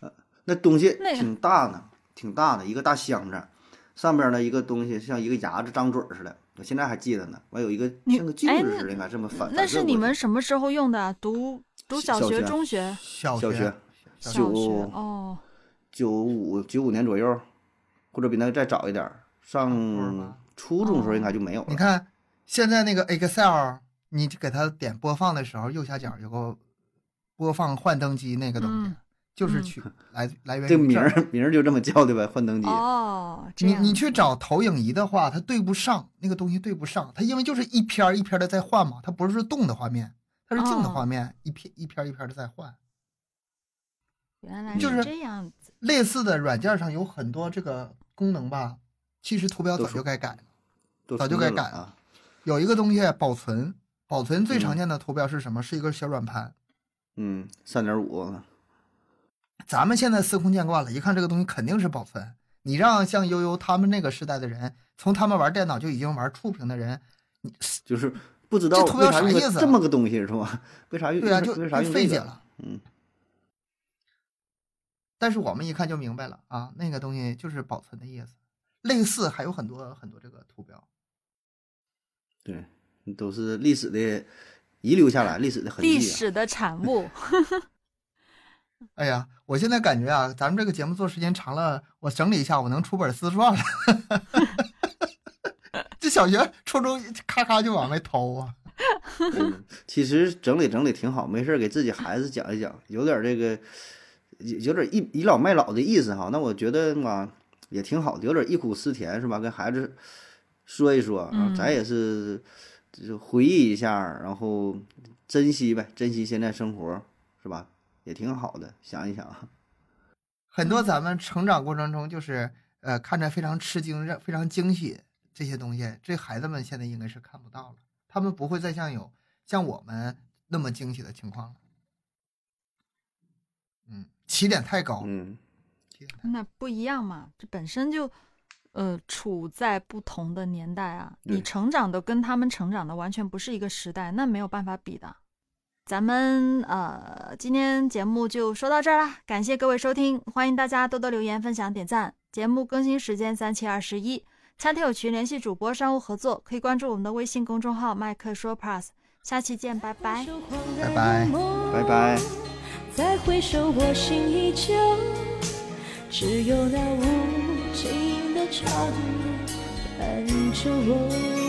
S2: 哦
S3: 那东西
S2: 那个
S3: 挺大呢，挺大的一个大箱子，上边呢一个东西像一个牙子张嘴似的，我现在还记得呢。完有一个
S2: 你
S3: 像个镜
S2: 哎
S3: 子
S2: 那
S3: 似的，应该这么反。
S2: 那
S3: 反
S2: 是
S3: 射
S2: 你
S3: 过
S2: 们
S3: 去
S2: 什么时候用的啊？读读
S3: 小
S2: 学、
S3: 学
S2: 中学、
S4: 小
S3: 小学
S4: 小
S2: 小学
S3: 九
S2: 哦，
S3: 九五九五年左右，或者比那个再早一点儿，上
S4: 会儿吧
S3: 初中的时候
S2: 哦
S3: 应该就没有了。
S4: 你看现在那个 Excel，你给它点播放的时候，右下角有个播放幻灯机那个东西，
S2: 嗯
S4: 就是
S2: 嗯
S4: 取来来源于
S3: 这个名
S4: 这儿
S3: 儿名儿就这么叫的呗，幻灯机。
S2: 哦，这
S4: 你
S2: 样
S4: 你去找投影仪的话，它对不上那个东西，对不上。它因为就是一篇儿一篇儿的在换嘛，它不是动的画面，它是静的
S2: 哦
S4: 画面，一篇一篇儿一篇的在换。
S2: 原来
S4: 就是是
S2: 这样子，
S4: 类似的软件上有很多这个功能吧，其实图标
S3: 都
S4: 早
S3: 是
S4: 就该改了。
S3: 都
S4: 早
S3: 出
S4: 就该
S3: 来了
S4: 改
S3: 啊！
S4: 有一个东西保存，保存最常
S3: 嗯
S4: 见的图标是什么？是一个小软盘。
S3: 嗯，三点五，
S4: 咱们现在司空见惯了，一看这个东西肯定是保存。你让像悠悠他们那个时代的人，从他们玩电脑就已经玩触屏的人，
S3: 就是不知道
S4: 这图
S3: 为
S4: 标
S3: 啥
S4: 啥
S3: 用个
S4: 意思啊
S3: 这么个东西是吧？ 为啥用？
S4: 对啊，
S3: 为
S4: 就
S3: 啥为啥
S4: 就
S3: 用
S4: 费
S3: 这
S4: 解
S3: 个？
S4: 了。
S3: 嗯，
S4: 但是我们一看就明白了啊，那个东西就是保存的意思。类似还有很多很多这个图标，
S3: 对，都是历史的遗留下来历史的痕
S2: 历
S3: 迹啊。
S2: 史的产物，
S4: 哎呀，我现在感觉啊，咱们这个节目做时间长了，我整理一下，我能出本自传了。 这小学、初中咔咔就往外掏啊！
S3: 嗯其实整理整理挺好，没事儿给自己孩子讲一讲，有点儿这个，有有点儿倚倚老卖老的意思哈。那我觉得嘛也挺好的，有点儿忆苦思甜是吧？跟孩子说一说，然后咱
S2: 嗯
S3: 也是就是回忆一下儿，然后珍惜呗，珍惜现在生活是吧？也挺好的，想一想啊，
S4: 很多咱们成长过程中，就是呃，看着非常吃惊、让非常惊喜这些东西，这孩子们现在应该是看不到了，他们不会再像有像我们那么惊喜的情况了。嗯，起点太高，
S3: 嗯，
S4: 起点太高
S2: 那不一样嘛，这本身就。呃，处在不同的年代啊，你
S3: 对
S2: 成长的跟他们成长的完全不是一个时代，那没有办法比的。咱们呃，今天节目就说到这儿啦，感谢各位收听，欢迎大家多多留言、分享、点赞。节目更新时间三七二十一，餐厅有群联系主播商务合作，可以关注我们的微信公众号“麦克说 Plus”。下期见，拜拜。
S4: 拜拜
S3: 拜拜。
S1: 再回首，我心依旧，只有那无尽的长夜伴着我。